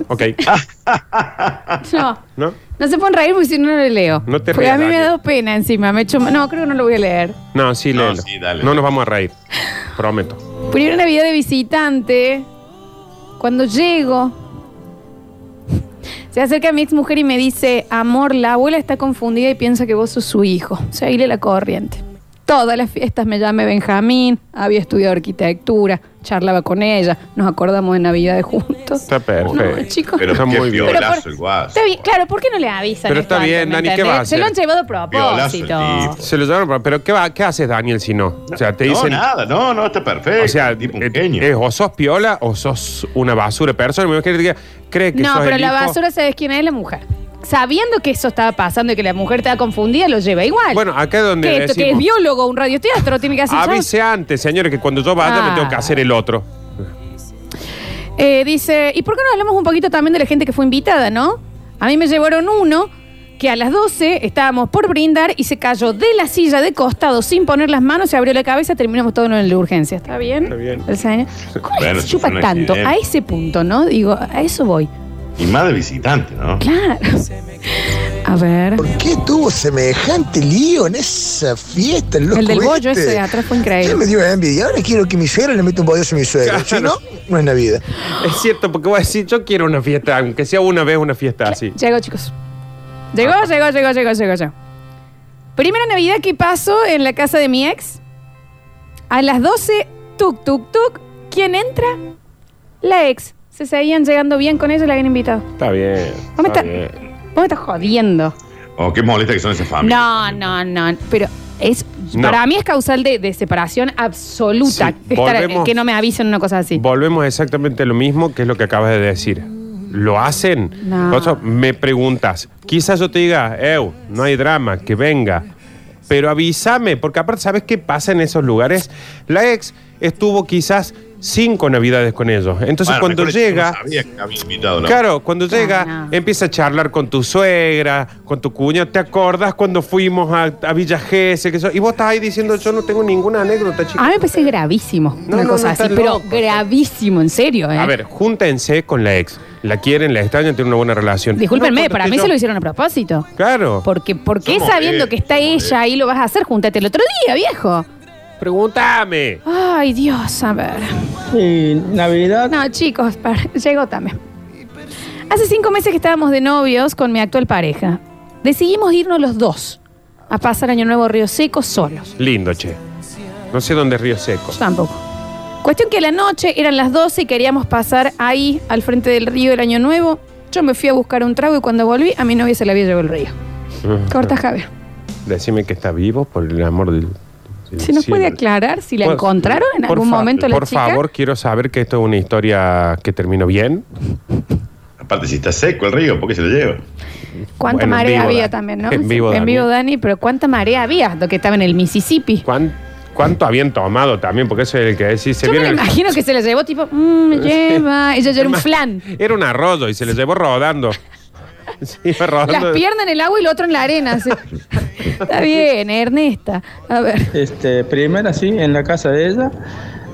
Ok,
Ah.
No,
¿no?
no se pueden reír porque si no, no lo leo.
No te
Porque
rías,
a mí me ha
Daniel.
dado pena encima. Me he hecho... No, creo que no lo voy a leer.
No, sí, léelo. No, nos vamos a reír, prometo.
Primera Navidad de visitante. Cuando llego, se acerca mi ex mujer y me dice: Amor, la abuela está confundida y piensa que vos sos su hijo. Seguile la corriente. Todas las fiestas me llamé Benjamín, había estudiado arquitectura, charlaba con ella, nos acordamos de Navidades juntos.
Está perfecto.
No, chicos.
Pero
Está
qué
muy bien.
fiolazo
Pero por-
el guaso.
Está bien, claro, ¿por qué no le avisan?
Pero
esto
está bien,
antes, me
Dani, ¿qué
entendés?
va a
Se lo han
hacer?
llevado a
Violazo el
propósito.
Se lo llevaron, para- pero ¿qué, va, ¿qué haces, Daniel, si no? O sea, te
No,
dicen.
nada, no, no, está perfecto.
O sea,
tipo un
eh,
genio.
es o sos piola o sos una basura de persona. Me imagino que te diga, cree que
No,
sos
pero
el
la
hijo.
basura, ¿sabes quién es? La mujer. Sabiendo que eso estaba pasando y que la mujer estaba confundida, lo lleva igual.
Bueno, acá es donde
que, esto, que es
decimos, Ah,
biólogo, un radioteatro, tiene que hacer chao.
avise antes, señores, que cuando yo vaya
Ah.
me tengo que hacer el otro.
Eh, dice, ¿y por qué no hablamos un poquito también de la gente que fue invitada, no? A mí me llevaron uno que a las 12 estábamos por brindar y se cayó de la silla de costado sin poner las manos, se abrió la cabeza, terminamos todo en el de urgencia. ¿Está bien?
Está bien.
El señor. ¿Cómo
Bueno,
se
eso
chupa
fue un
tanto?
accidente.
A ese punto, ¿no? Digo, a eso voy.
Y más de visitante, ¿no?
Claro. A ver.
¿Qué tuvo semejante lío en esa fiesta? El, loco
El del bollo
este?
ese de atrás fue
Ya
increíble.
me dio envidia. Ahora quiero que mi suegra le meta un bollo a mi suegra.
Claro.
Si no, no es Navidad.
Es cierto, porque voy a decir, yo quiero una fiesta, aunque sea una vez una fiesta así.
Llegó, chicos. Llegó,
Ah.
llegó, llegó, llegó, llegó, llegó. Primera Navidad que paso en la casa de mi ex. A las 12, tuk, tuk, tuk. ¿Quién entra? La ex. Se seguían llegando bien con eso y la habían invitado.
Está bien.
Vos me,
está
estás-
bien.
vos me estás jodiendo.
Oh, qué molesta que son esas familias.
No, no, no. Pero es
No.
para mí es causal de, de separación absoluta.
Sí,
estar- eh,
volvemos-
que no me avisen una cosa así.
Volvemos exactamente a lo mismo que es lo que acabas de decir. ¿Lo hacen?
No.
Por eso me preguntas. Quizás yo te diga, eu, no hay drama, que venga. Pero avísame, porque aparte, ¿sabes qué pasa en esos lugares? La ex estuvo quizás cinco navidades con ellos. Entonces,
Bueno,
cuando
mejor dicho,
llega.
No sabía que había invitado, ¿no?
Claro, cuando llega,
Ah, no.
empieza a charlar con tu suegra, con tu cuña. ¿Te acordás cuando fuimos a, a Villa Gese? Que eso? Y vos estás ahí diciendo, yo no tengo ninguna anécdota, chica.
A mí me parece gravísimo
No,
una
no,
cosa
no,
así,
estás
pero
loco.
gravísimo, en serio. ¿eh?
A ver, júntense con la ex. La quieren, la extrañan, tienen una buena relación.
Discúlpenme,
No,
para
porque
mí
yo-
se lo hicieron a propósito.
Claro.
Porque, ¿por qué
Somos eh,
sabiendo
bien,
que está ella ahí lo vas a hacer? Júntate el otro día, viejo.
Pregúntame.
Ay, Dios, a ver.
Y Navidad.
No, chicos, para- llegó también. Hace cinco meses que estábamos de novios con mi actual pareja. Decidimos irnos los dos a pasar Año Nuevo a Río Seco solos.
Lindo, che. No sé dónde es Río Seco.
Yo tampoco. Cuestión que la noche eran las 12 y queríamos pasar ahí, al frente del río, el Año Nuevo. Yo me fui a buscar un trago y cuando volví, a mi novia se le había llevado el río. Corta, Javier.
Decime que está vivo por el amor del. del
Si nos
cielo.
puede aclarar si la
Por-
encontraron en
por
algún
fa-
momento la
Por
chica.
favor, quiero saber que esto es una historia que terminó bien.
Aparte, si está seco el río, ¿por qué se lo lleva?
¿Cuánta
Bueno, en
marea
vivo,
había
Dani.
también, no?
En
Sí,
vivo,
en
Dani.
vivo, Dani, pero ¿cuánta marea había? Lo que estaba en el Mississippi.
¿Cuán- ¿Cuánto habían tomado también? Porque eso es el que decís. Se
Yo me
viene
lo
el-
imagino que se la llevó tipo, mm, me lleva. Ella ya era un flan.
Era un arroyo y se le llevó rodando. Se iba
Las
rodando.
piernas en el agua y el otro en la arena. así. Está bien, Ernesta. A ver.
Este, primera sí, en la casa de ella.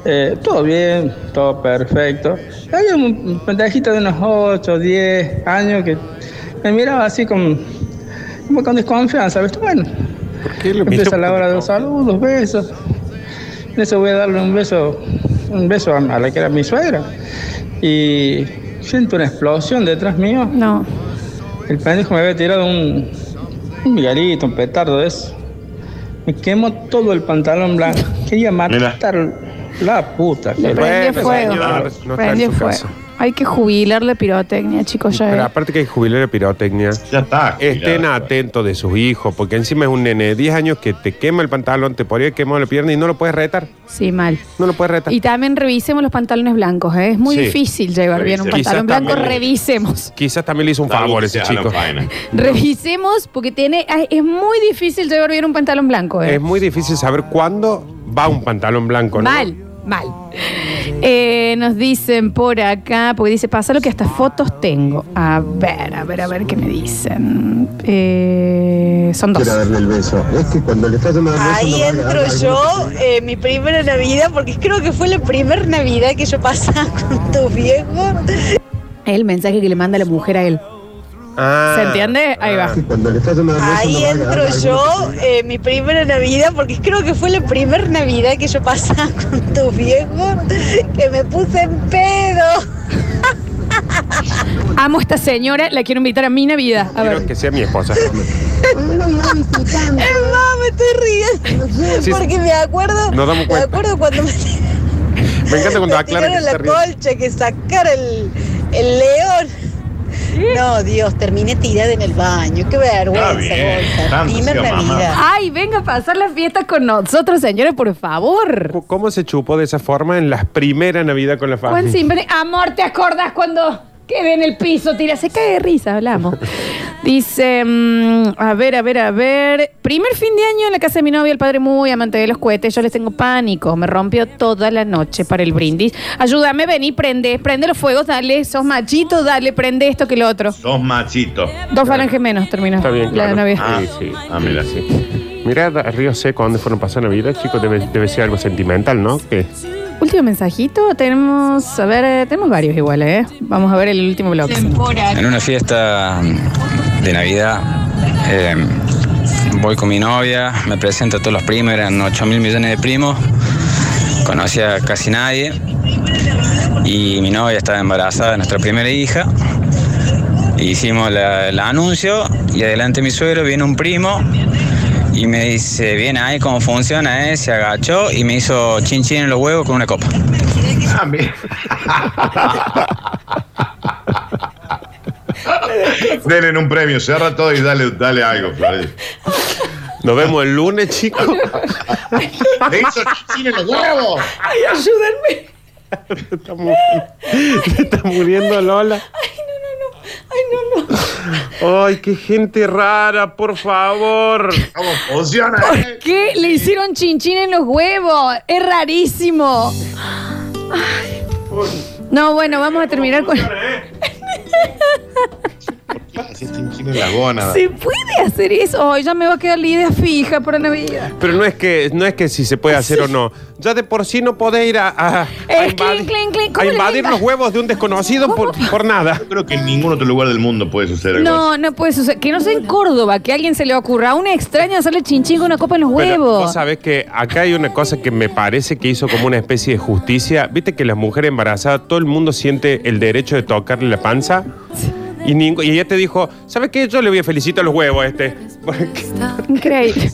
Eh, todo bien, todo perfecto. Había un pendejito de unos 8, 10 años que me miraba así con como con desconfianza, ¿viste? Bueno, empieza la hora de los saludos, besos. En eso voy a darle un beso, un beso a, a la que era mi suegra. Y siento una explosión detrás mío.
No.
El pendejo me había tirado un, un migalito, un petardo de eso. Me quemó todo el pantalón blanco. Quería matar la puta.
Le prendió fuego. Prendió fuego. Hay que jubilar la pirotecnia, chicos, ya
Pero
es.
aparte que hay jubilar de pirotecnia. Ya está. Estén atentos de sus hijos, porque encima es un nene de 10 años que te quema el pantalón, te podría quemar la pierna y no lo puedes retar.
Sí, mal.
No lo puedes retar.
Y también revisemos los pantalones blancos, ¿eh? Es muy
Sí.
difícil llevar bien un
Revisemos.
pantalón
Quizás
blanco.
también-
Revisemos.
Quizás también le hizo un favor ese chico.
Revisemos porque tiene, ay, es muy difícil llevar bien un pantalón blanco, ¿eh?
Es muy difícil saber cuándo va un pantalón blanco, ¿no?
Mal, mal. Eh, nos dicen por acá, porque dice, pasa lo que hasta fotos tengo. A ver, a ver, a ver qué me dicen. Eh, son dos.
Quiero darle el beso. Es que cuando le estás dando el beso.
Ahí
no va a
entro
agarrar algo.
yo, eh, mi primera Navidad, porque creo que fue la primera Navidad que yo pasaba con tu viejo.
El mensaje que le manda la mujer a él. ¿Se entiende? Ahí va.
Cuando le estás dando el beso.
Ahí
no va a
entro
agarrar algo.
yo, eh, mi primera Navidad, porque creo que fue la primera Navidad que yo pasaba con tu viejo, que me puse en pedo.
Amo a esta señora, la quiero invitar a mi Navidad. A ver.
Quiero que sea mi esposa.
Es más, me estoy riendo.
Sí, sí.
Porque me acuerdo.
Nos damos
Me
cuenta.
acuerdo cuando me
Me encanta cuando
me
aclara
tiraron
que se
la
ríe.
colcha, que sacar el, el león. No, Dios, terminé tirada en el baño. Qué vergüenza,
Está bien,
Gonza.
tanto
Primer
sea mamá.
Navidad.
Ay, venga a pasar la fiesta con nosotros, señores, por favor.
¿Cómo- ¿Cómo se chupó de esa forma en la primera Navidad con la
Juan
familia?
Simbre, amor, ¿te acordás cuando quedé en el piso? Tira, se cae de risa, hablamos. Dice, mm, a ver, a ver, a ver. Primer fin de año en la casa de mi novia, el padre muy amante de los cohetes. Yo les tengo pánico. Me rompió toda la noche para el brindis. Ayúdame, vení, prende, prende los fuegos, dale, sos machito, dale, prende esto que lo otro.
Dos machitos.
Dos falanges menos terminó
Está bien,
la
claro.
Navidad.
Ah, sí. Ah, mira, sí. Mirá, da- Río Seco, ¿a dónde fueron pasando la vida? Chicos, debe, debe ser algo sentimental, ¿no? Que
Último mensajito, tenemos, a ver, eh, tenemos varios iguales, ¿eh? Vamos a ver el último bloque.
En una fiesta de Navidad eh, voy con mi novia, me presento a todos los primos, eran 8 mil millones de primos, conocía a casi nadie y mi novia estaba embarazada de nuestra primera hija. Hicimos la- el anuncio y adelante mi suegro viene un primo y me dice, viene ahí cómo funciona, eh? se agachó y me hizo chin chin en los huevos con una copa.
Denle un premio, cierra todo y dale, dale algo, Florencia.
Nos vemos el lunes, chicos.
¡Le hizo chichín en los huevos!
¡Ay, ayúdenme!
está, mu- está muriendo Lola. Ay, qué gente rara, por favor.
¿Cómo funciona?
¿Por qué le hicieron chinchín en los huevos? Es rarísimo. Ay. No, bueno, vamos a terminar con.
Así chinchín en la gónada.
¿Se puede hacer eso? Ay, ya me va a quedar la idea fija para Navidad.
Pero no es que no es que si se puede hacer o no. Ya de por sí no podés ir a, a- a
Es clink,
invadir,
clink, clink.
a
¿Cómo le
invadir
va?
los huevos de un desconocido por, por nada.
Creo que en ningún otro lugar del mundo puede suceder algo
No, no puede suceder. Que no sea en Córdoba, que a alguien se le ocurra a una extraña hacerle chinchín con una copa en los
Pero vos
huevos.
sabés que acá hay una cosa que me parece que hizo como una especie de justicia. Viste que las mujeres embarazadas, todo el mundo siente el derecho de tocarle la panza. Y, ningú- y ella te dijo, ¿sabes qué? Yo le voy a felicitar los huevos a este. Porque-
Increíble.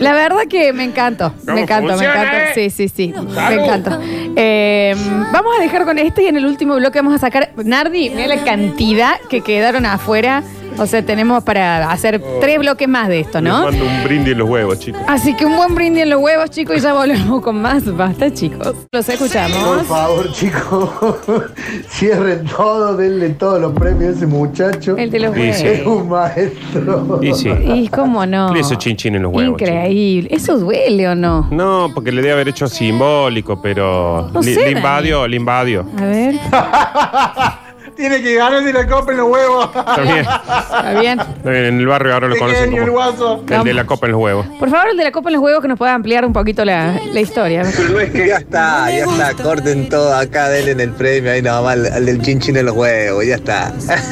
La verdad que me encantó.
¿Cómo
Me encantó, me
funciona,
encantó.
eh?
Sí, sí, sí. Me
Salud.
encantó. Eh, vamos a dejar con este y en el último bloque vamos a sacar. Nardi, mira la cantidad que quedaron afuera. O sea, tenemos para hacer tres bloques más de esto,
Les
¿no?
mando un brindis en los huevos, chicos.
Así que un buen brindis en los huevos, chicos, y ya volvemos con más. Basta, chicos. Los
Por
escuchamos.
favor, chicos, cierren todo, denle todos los premios a ese muchacho.
El de los
Y sí.
Es un maestro.
Y sí.
Y cómo no.
Le hizo chinchín en los huevos.
Increíble. ¿Eso duele o no?
No, porque le debe haber hecho simbólico, pero
No
le,
sé,
le invadió, le invadió.
A ver.
Tiene que ganar si le compren los huevos.
bien.
Está bien.
En el barrio ahora lo conocen
Pequeño el guaso.
como el de la copa en los huevos.
Por favor, el de la copa en los huevos que nos pueda ampliar un poquito la, la historia.
no es que ya está, ya está, corten todo acá, denle en el premio, ahí nada más al, al del chinchín en los huevos, ya está.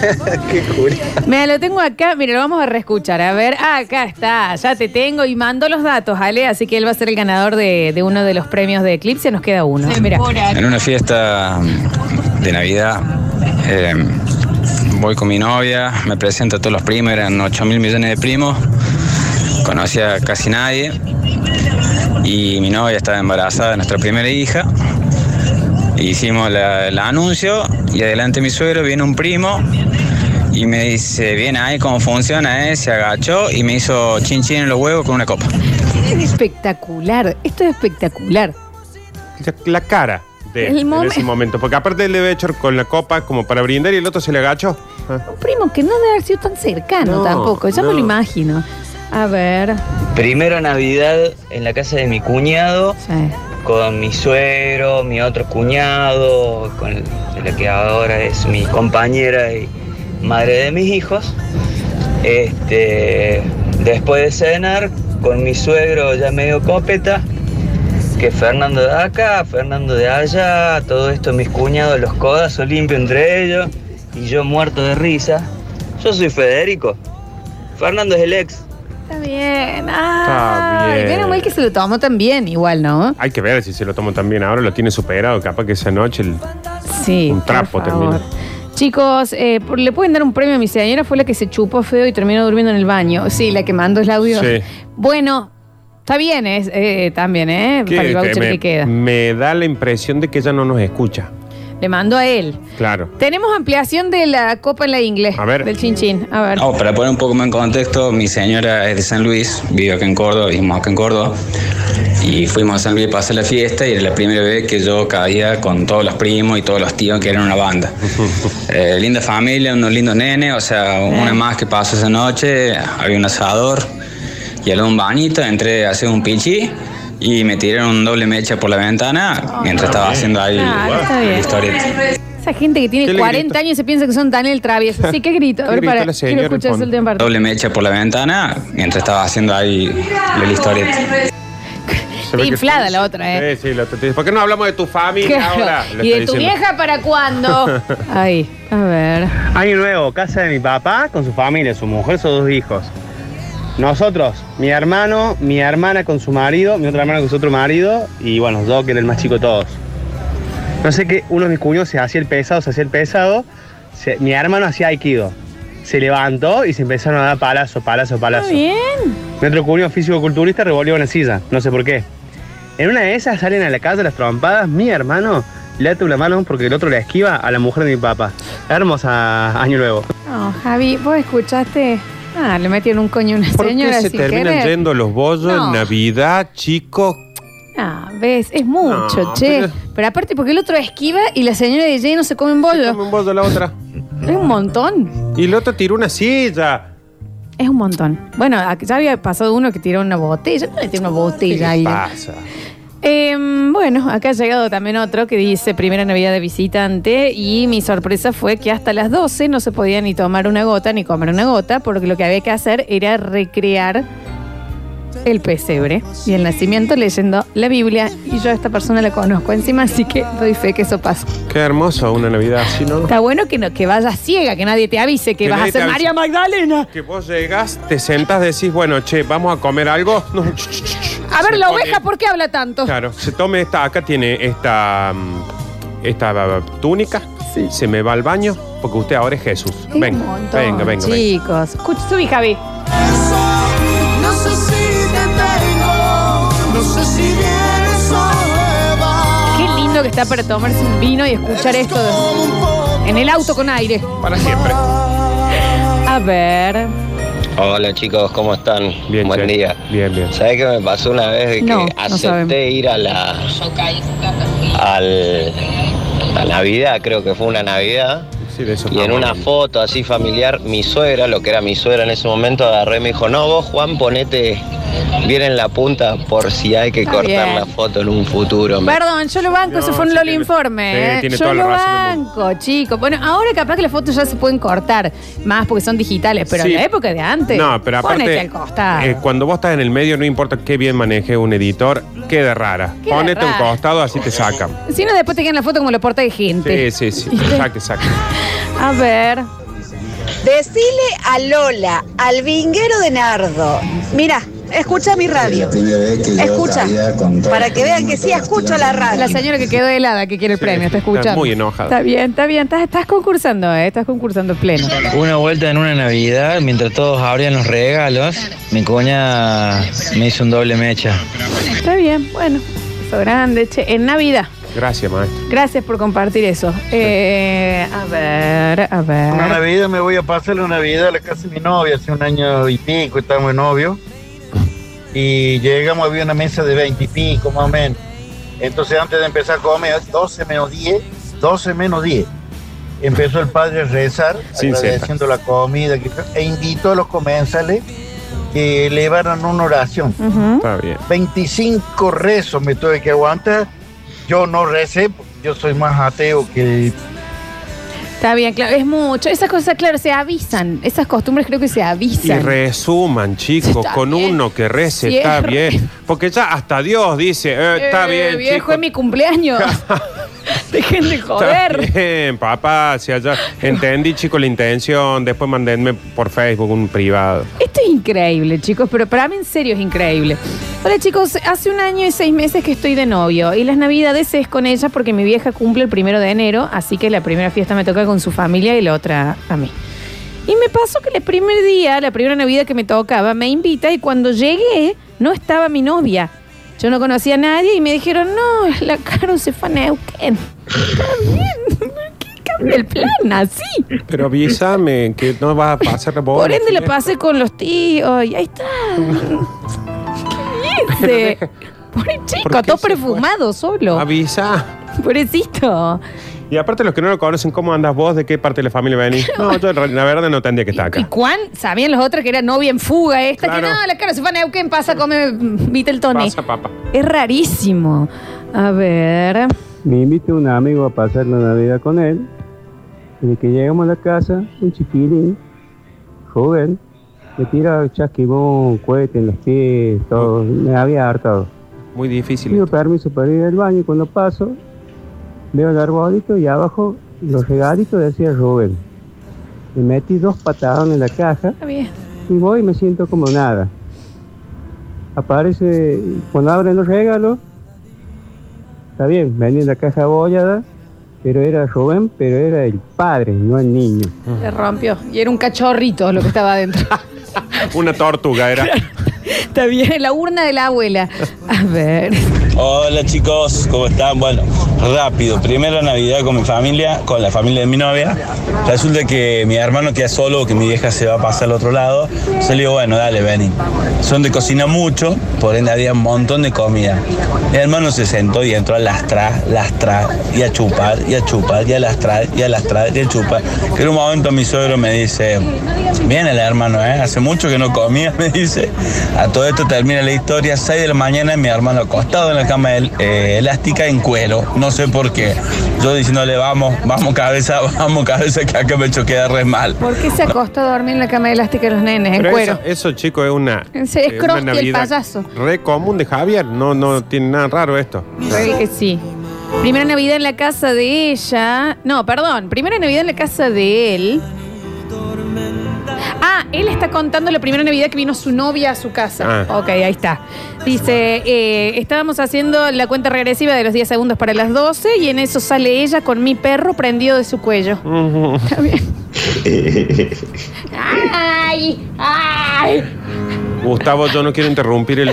Qué cool.
Mira, lo tengo acá, mira, lo vamos a reescuchar. A ver, ah, acá está, ya te tengo y mando los datos, Ale, así que él va a ser el ganador de, de uno de los premios de Eclipse, nos queda uno. Mira.
En una fiesta de Navidad eh, voy con mi novia, me presento a todos los primos, eran 8 mil millones de primos, conocí a casi nadie y mi novia estaba embarazada de nuestra primera hija. Hicimos la- el anuncio y adelante mi suegro viene un primo y me dice, bien ahí, ¿cómo funciona? eh?". Se agachó y me hizo chin chin en los huevos con una copa.
Espectacular, esto es espectacular.
La cara de
El
él en
momen-
ese momento. Porque aparte él debe echar con la copa como para brindar y el otro se le agachó. Ah.
Un primo que no debe haber sido tan cercano
No,
tampoco, ya me
no.
lo imagino. A ver,
Primero Navidad en la casa de mi cuñado, con mi suegro, mi otro cuñado, con la que ahora es mi compañera y madre de mis hijos. Este, después de cenar, con mi suegro ya medio copeta, que Fernando de acá, Fernando de allá, todo esto mis cuñados, los codazos limpios entre ellos, y yo muerto de risa. Yo soy Federico. Fernando es el ex.
está bien. Ah,
Está bien.
Menos mal que se lo tomó también, igual, ¿no?
Hay que ver si se lo toman también ahora, lo tiene superado. Capaz que esa noche el-
Sí.
un trapo
por favor.
termina.
Chicos, eh, por- le pueden dar un premio a mi señora, fue la que se chupó feo y terminó durmiendo en el baño. Sí, la que mandó el audio.
Sí.
Bueno, está bien, es, eh, también, ¿eh? Para el
Que-
voucher
que me,
que queda.
me da la impresión de que ella no nos escucha.
Le mando a él.
Claro.
Tenemos ampliación de la Copa en la Ingle.
A ver.
Del chinchín. A ver.
Oh, para poner un poco más en contexto, mi señora es de San Luis, vive acá en Córdoba, vivimos acá en Córdoba. Y fuimos a San Luis para hacer la fiesta y era la primera vez que yo caía con todos los primos y todos los tíos que eran una banda. Eh, linda familia, unos lindos nenes, o sea,
Eh.
una más que pasó esa noche, había un asador y al un bañito, entré a hacer un pichi y me tiraron un doble mecha por la ventana mientras estaba haciendo ahí
Ah, está
la
bien.
historieta.
Esa gente que
¿Qué
tiene
le
40 años y se piensa que son Daniel Travieso. Sí, qué grito. A ver,
grita
para.
la
Quiero
señora en
escuchar
fondo?
el de parte.
Doble mecha por la ventana mientras estaba haciendo ahí la historieta.
Se ve que-
Inflada la otra, ¿eh?
Sí, sí, la otra te dice, ¿Por qué no hablamos de tu familia
Claro.
ahora? Le
¿Y de
está
tu
diciendo.
vieja para cuándo? Ahí, a ver.
Año nuevo, casa de mi papá con su familia, su mujer, sus dos hijos. Nosotros, mi hermano, mi hermana con su marido, mi otra hermana con su otro marido y bueno, yo que era el más chico de todos. No sé qué, uno de mis cuños se hacía el pesado, se hacía el pesado. se- mi hermano hacía aikido. Se levantó y se empezaron a dar palazo, palazo, palazo.
Bien.
Mi otro cuño físico-culturista revolvió una silla, no sé por qué. En una de esas salen a la casa las trompadas, mi hermano le ata una mano porque el otro le esquiva a la mujer de mi papá. Hermosa año nuevo.
No, Javi, ¿vos escuchaste? Ah, le metieron un coño a una
¿Por
señora.
qué se
sin
terminan
querer.
yendo los bollos
No.
en Navidad, chicos?
Ah, ves, es mucho,
No,
che. Pero...
pero-
aparte, porque el otro esquiva y la señora de Jay no se come un bollo.
come un bollo la otra.
Es un montón.
Y el otro tiró una silla.
Es un montón. Bueno, ac- ya había pasado uno que tiró una botella. ¿Cómo le tiró una botella ahí?
Pasa.
Em, bueno, acá ha llegado también otro que dice primera Navidad de visitante y mi sorpresa fue que hasta las 12 no se podía ni tomar una gota ni comer una gota porque lo que había que hacer era recrear el pesebre y el nacimiento leyendo la Biblia y yo a esta persona la conozco encima, así que doy fe que eso pasó.
Qué hermoso una Navidad así, ¿no?
Está bueno que, no, que vayas ciega, que nadie te avise que,
Que
vas a
nadie te
ser
avise.
María Magdalena.
Que vos llegas, te sentás, decís, bueno, che, vamos a comer algo. No, ch, ch, ch, ch.
A ver,
Se
la
pone-
oveja, ¿por qué habla tanto?
Claro, se tome esta, acá tiene esta, mm, esta mm, túnica. Se me va al baño porque usted ahora es Jesús.
Es un
Venga,
montón,
venga, venga, venga.
Chicos, escucha, subí, Javi.
No sé si te tengo, no sé si vienes o vas.
Qué lindo que está para tomarse un vino y escuchar esto de- en el auto con aire.
Para siempre.
A ver.
Hola chicos, ¿cómo están? Buen día.
Bien, bien.
¿Sabes qué me pasó una vez? De que
No, no sabemos.
acepté ir a la. Al, a Navidad, creo que fue una Navidad. y en una foto así familiar, mi suegra, lo que era mi suegra en ese momento, agarré y me dijo: No, vos, Juan, ponete bien en la punta por si hay que
Está
cortar
bien.
la foto en un futuro. me-
Perdón, yo lo banco, eso fue un
sí,
Lolo
tiene-
informe.
sí,
¿eh?
tiene
yo
toda la
lo
razón del
banco, chicos. Bueno, ahora capaz que las fotos ya se pueden cortar más porque son digitales, pero
Sí.
en la época de antes.
No, pero
Ponete
aparte,
al costado.
eh, cuando vos estás en el medio, no importa qué bien maneje un editor, queda rara.
Queda
Ponete a un
rara.
costado, así te sacan.
si no, después te quedan la foto como lo porta de gente.
Sí, sí, sí. Saque, saque.
A ver.
Decile a Lola, al vinguero de Nardo. Mira, escucha mi radio. Escucha, para que vean que sí escucho la radio.
La señora que quedó helada que quiere el premio, te escucha.
está muy enojada.
Está bien, está bien. Estás, estás concursando, ¿eh? Estás concursando pleno.
Una vuelta en una Navidad, mientras todos abrían los regalos, mi cuña me hizo un doble mecha.
Está bien, bueno. Eso grande, che. En Navidad.
Gracias, maestro.
Gracias por compartir eso. Eh, a ver, a ver.
Una Navidad me voy a pasar una Navidad a la casa de mi novia, hace un año y pico estamos de novio. Y llegamos, había una mesa de 20 y pico más o menos. Entonces antes de empezar a comer, 12 menos 10, 12 menos 10. Empezó el padre a rezar,
Sin cesta.
agradeciendo la comida que- e invitó a los comensales que elevaran una oración.
Está bien.
25 rezos me tuve que aguantar. Yo no recé, porque yo soy más ateo que
Está bien, claro, es mucho. Esas cosas, claro, se avisan. Esas costumbres creo que se
Y
avisan.
resuman, chicos,
Está
con
bien.
uno que rece,
Sí,
está
es re-
bien. Porque ya hasta Dios dice, eh, está
Eh,
bien,
viejo,
chicos.
es mi cumpleaños. Dejen de joder.
Está bien, papá, si allá entendí, chico, la intención. Después mandenme por Facebook un privado.
Esto es increíble, chicos, pero para mí en serio es increíble. Hola, chicos, hace un año y seis meses que estoy de novio y las navidades es con ella porque mi vieja cumple el primero de enero, así que la primera fiesta me toca con su familia y la otra a mí. Y me pasó que el primer día, la primera Navidad que me tocaba, me invita y cuando llegué no estaba mi novia. Yo no conocía a nadie y me dijeron, no, la Caro se fue a Neuquén. Está bien, ¿qué cambia el plan así?
Pero avísame que no vas a pasar por
Por ende la pasé con los tíos y ahí está. ¿Qué hice? Pobre
¿Por
chico,
qué
todo
se
perfumado solo.
Avisa.
Pobrecito.
Y aparte, los que no lo conocen, ¿cómo andas vos? ¿De qué parte de la familia venís? No, yo la verdad no tendría que estar acá.
Juan, sabían los otros que era novia en fuga esta, que
Claro.
no, la cara se fue a Neuquén, pasa, come el Tony.
Pasa, papá.
Es rarísimo. A ver.
Me invita un amigo a pasar la Navidad con él. Desde que llegamos a la casa, un chiquilín, joven, me tira chasquibón, cohete en los pies, todo. Me había hartado.
Muy difícil.
Pido permiso para ir al baño y cuando paso, veo el arbolito y abajo los regalitos decía Rubén. Me metí dos patadones en la caja
Está bien.
y voy y me siento como nada. Aparece, cuando abren los regalos, está bien, venía en la caja abollada, pero era Rubén, pero era el padre, no el niño.
Se rompió. Y era un cachorrito lo que estaba adentro.
Una tortuga era.
Está bien, la urna de la abuela. A ver.
Hola chicos, ¿cómo están? Bueno, rápido, primero Navidad con mi familia, con la familia de mi novia. Resulta que mi hermano queda solo, que mi vieja se va a pasar al otro lado. Entonces le digo, bueno, dale, vení. Son de cocina mucho, por ende había un montón de comida. Mi hermano se sentó y entró a lastrar, lastrar, y a chupar, y a chupar, y a lastrar, y a lastrar, y a chupar. Que en un momento mi suegro me dice, Bien el hermano, ¿eh? hace mucho que no comía, me dice. A todo esto termina la historia, 6 de la mañana, mi hermano acostado en la cama el- eh, elástica en cuero, no sé por qué. Yo diciéndole, vamos, vamos cabeza, vamos cabeza, que acá me choquea re mal.
¿Por qué se acostó a dormir en la cama elástica de los nenes, en
Pero
cuero?
Eso, eso, chico, es una.
Es
eh, una
Krusty el
Navidad
payaso.
Re común de Javier. No, no tiene nada raro esto.
Creo que sí. Primera Navidad en la casa de ella. No, perdón. Primera Navidad en la casa de él. Ah, él está contando la primera Navidad que vino su novia a su casa.
Ah.
Ok, ahí está. Dice, eh, estábamos haciendo la cuenta regresiva de los 10 segundos para las 12 y en eso sale ella con mi perro prendido de su cuello. Está bien. ¡Ay! ¡Ay!
Gustavo, yo no quiero interrumpir el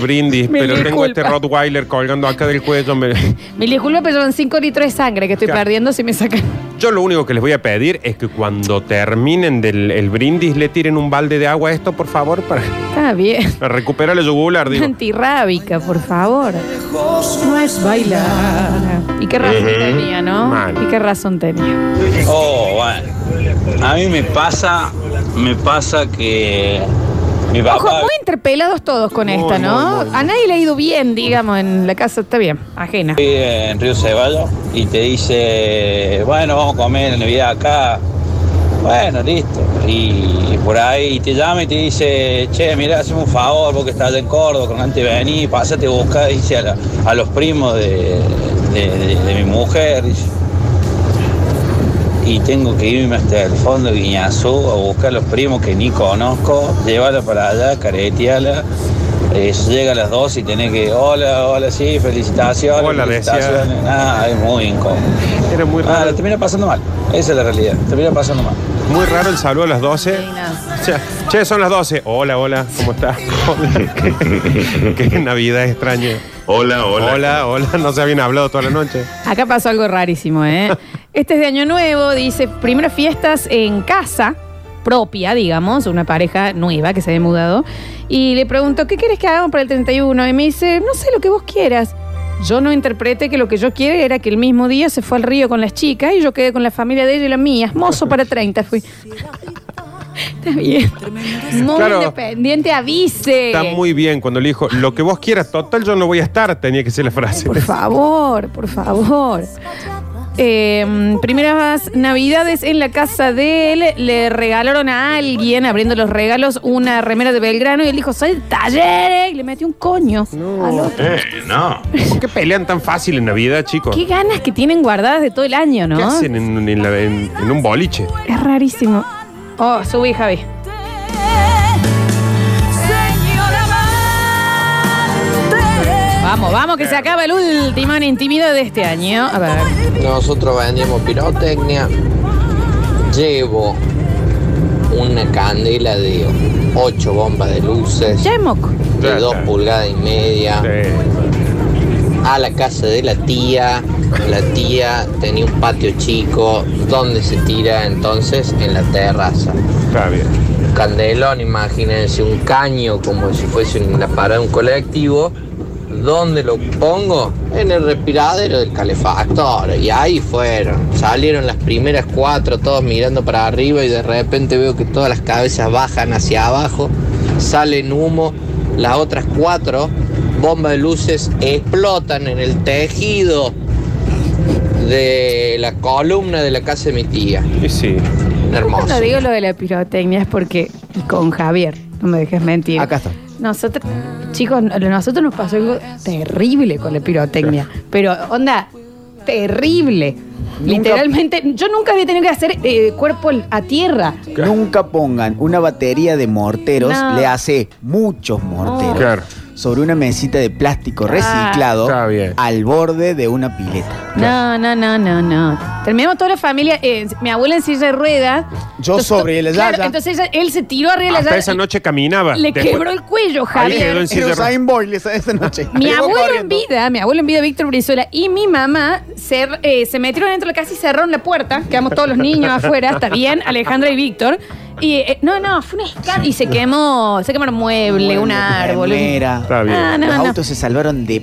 brindis,
Me
pero tengo
disculpa.
este Rottweiler colgando acá del cuello. me-
Me disculpa, pero son 5 litros de sangre que estoy
Claro.
perdiendo si me sacan.
Yo lo único que les voy a pedir es que cuando terminen del el brindis le tiren un balde de agua a esto, por favor, para,
Está bien.
para recuperar el yugular, digo.
Antirrábica, por favor. No es bailar. ¿Y qué razón
Ujú.
tenía, no?
Mal.
¿Y qué razón tenía?
Oh, bueno. A mí me pasa, me pasa que
Mi
Ojo,
papá.
muy interpelados todos con esta, ¿no? A nadie le ha ido bien, digamos, en la casa. Está bien, ajena.
Fui en Río Ceballos y te dice, bueno, vamos a comer la Navidad acá. Bueno, listo. Y por ahí te llama y te dice, che, mira, hazme un favor, vos que estás allá en Córdoba, con antes vení, pasate a buscar, dice a, la- a los primos de, de- de- de mi mujer. dice. Y tengo que irme hasta el fondo de Guiñazú a buscar a los primos que ni conozco, llevarla para allá, careteala. Eh, llega a las 2 y tenés que, hola, hola, sí, felicitaciones.
Hola, decía.
felicitaciones. Ah, es muy incómodo.
Era muy raro.
te Ah, termina pasando mal. Esa es la realidad. Te termina pasando mal.
Muy raro el saludo a las 12. Che, che, son las 12. Hola, hola, ¿cómo estás? Hola. Qué- Qué Navidad extraña. Hola, hola. Hola, hola, no se habían hablado toda la noche.
Acá pasó algo rarísimo, ¿eh? Este es de Año Nuevo, dice, primeras fiestas en casa, propia, digamos, una pareja nueva que se había mudado. Y le pregunto, ¿qué quieres que hagamos para el 31? Y me dice, no sé, lo que vos quieras. Yo no interpreté que lo que yo quiera era que el mismo día se fue al río con las chicas y yo quedé con la familia de ella y la mía. Mozo para 30 fui. Está bien. Muy
Claro.
independiente, avise.
Está muy bien cuando le dijo, lo que vos quieras, total, yo no voy a estar, tenía que ser la frase.
Por favor, por favor. Eh, primeras navidades en la casa de él, le regalaron a alguien, abriendo los regalos, una remera de Belgrano y él dijo, soy de talleres, y le metió un coño. al otro.
Eh, no. ¿Por qué pelean tan fácil en Navidad, chicos?
Qué ganas que tienen guardadas de todo el año,
¿Qué
¿no?
hacen en, en la- en- en un boliche?
Es rarísimo. Oh, subí, Javi. Vamos, vamos, que se acaba el último en intimidad de este año. A ver.
Nosotros vendemos pirotecnia. Llevo una candela de 8 bombas de luces. De 2 pulgadas y media. A la casa de la tía. La tía tenía un patio chico. donde se tira entonces? En la terraza.
Está bien.
Candelón, imagínense, un caño como si fuese en la parada de un colectivo. ¿Dónde lo pongo? En el respiradero del calefactor. Y ahí fueron. Salieron las primeras cuatro, todos mirando para arriba y de repente veo que todas las cabezas bajan hacia abajo, salen humo, las otras cuatro, bombas de luces, explotan en el tejido de la columna de la casa de mi tía.
Sí.
Hermoso.
Cuando digo lo de la pirotecnia es porque, y con Javier, no me dejes mentir. Acá está. Nosotros, chicos, a nosotros nos pasó algo terrible con la pirotecnia. Pero, onda, terrible. Literalmente, yo nunca había tenido que hacer eh, cuerpo a tierra.
Nunca pongan una batería de morteros,
No.
le hace muchos morteros.
No.
Sobre una mesita de plástico reciclado al borde de una pileta.
No, no, no, no, no. Terminamos toda la familia, eh, mi abuela en silla de rueda.
Yo
Entonces,
sobre la
claro,
yaya.
entonces ella- él se tiró arriba de la
Hasta
yaya.
Ah, esa
y
noche caminaba.
Le
Después-
quebró el cuello,
Ahí
Javier.
quedó en silla de ruedas.
esa noche.
Mi abuelo en vida, mi abuelo en vida, Víctor Brizuela, y mi mamá se, eh, se metieron dentro de la casa y cerraron la puerta. Quedamos todos los niños afuera, está bien, Alejandra y Víctor. Y eh, no, no, fue un escándalo. Y se quemó, se quemaron mueble, un árbol.
remera.
Ah, no,
Los
no.
autos se salvaron de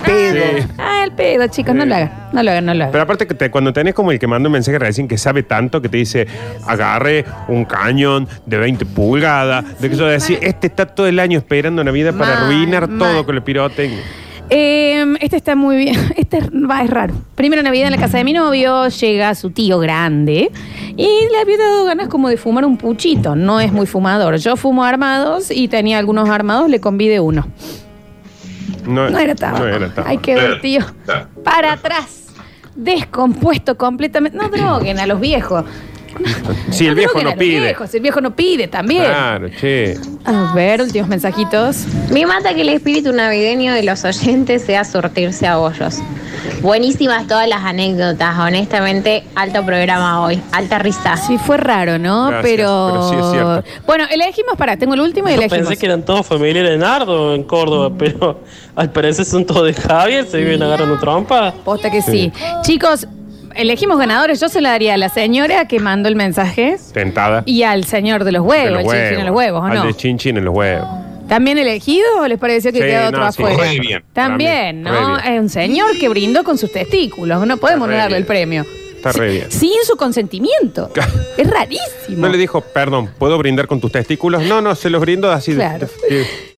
Ah, ah, el pedo, chicos, no lo hagan, no lo hagan, no lo hagan.
Pero aparte que te- cuando tenés como el que manda un mensaje recién que sabe tanto que te dice, agarre un cañón de 20 pulgadas, de que yo decía, este está todo el año esperando Navidad para
Mal,
arruinar
mal.
todo con el pirotecnia.
Eh, este está muy bien. Este es- va, es raro. Primero Navidad en la casa de mi novio, llega su tío grande y le había dado ganas como de fumar un puchito. No es muy fumador. Yo fumo armados y tenía algunos armados, le convide uno. No era tabaco.
No era tabaco.
Hay que ver, tío. Para atrás. Descompuesto completamente. No droguen a los viejos.
Si el viejo
Droguen a
no
los
pide.
viejos, El viejo no pide también.
Claro, che.
A ver, últimos mensajitos.
Me mata que el espíritu navideño de los oyentes sea sortirse a bollos. Buenísimas todas las anécdotas, honestamente, alto programa hoy, alta risa.
Sí, fue raro, ¿no?
Gracias, pero sí es cierto.
Bueno, elegimos, para, tengo el último y
Yo
elegimos.
pensé que eran todos familiares de Nardo en Córdoba, pero al parecer son todos de Javier, se viven agarrando trompa.
Posta que sí. Chicos, elegimos ganadores. Yo se la daría a la señora que mandó el mensaje
Tentada.
y al señor de los
De
huevos, el
los
chinchín de los huevos, ¿o
Al
no?
de chinchín en los huevos.
¿También elegido o les pareció que
Sí,
queda otro
no, sí,
afuera?
re bien.
También,
Para mí,
¿no?
re bien.
Es un señor que brindó con sus testículos. No podemos no darle el premio.
Está re bien.
Sin su consentimiento. es rarísimo.
No le dijo, perdón, ¿puedo brindar con tus testículos? No, no, se los brindo así. de-
Claro.
de-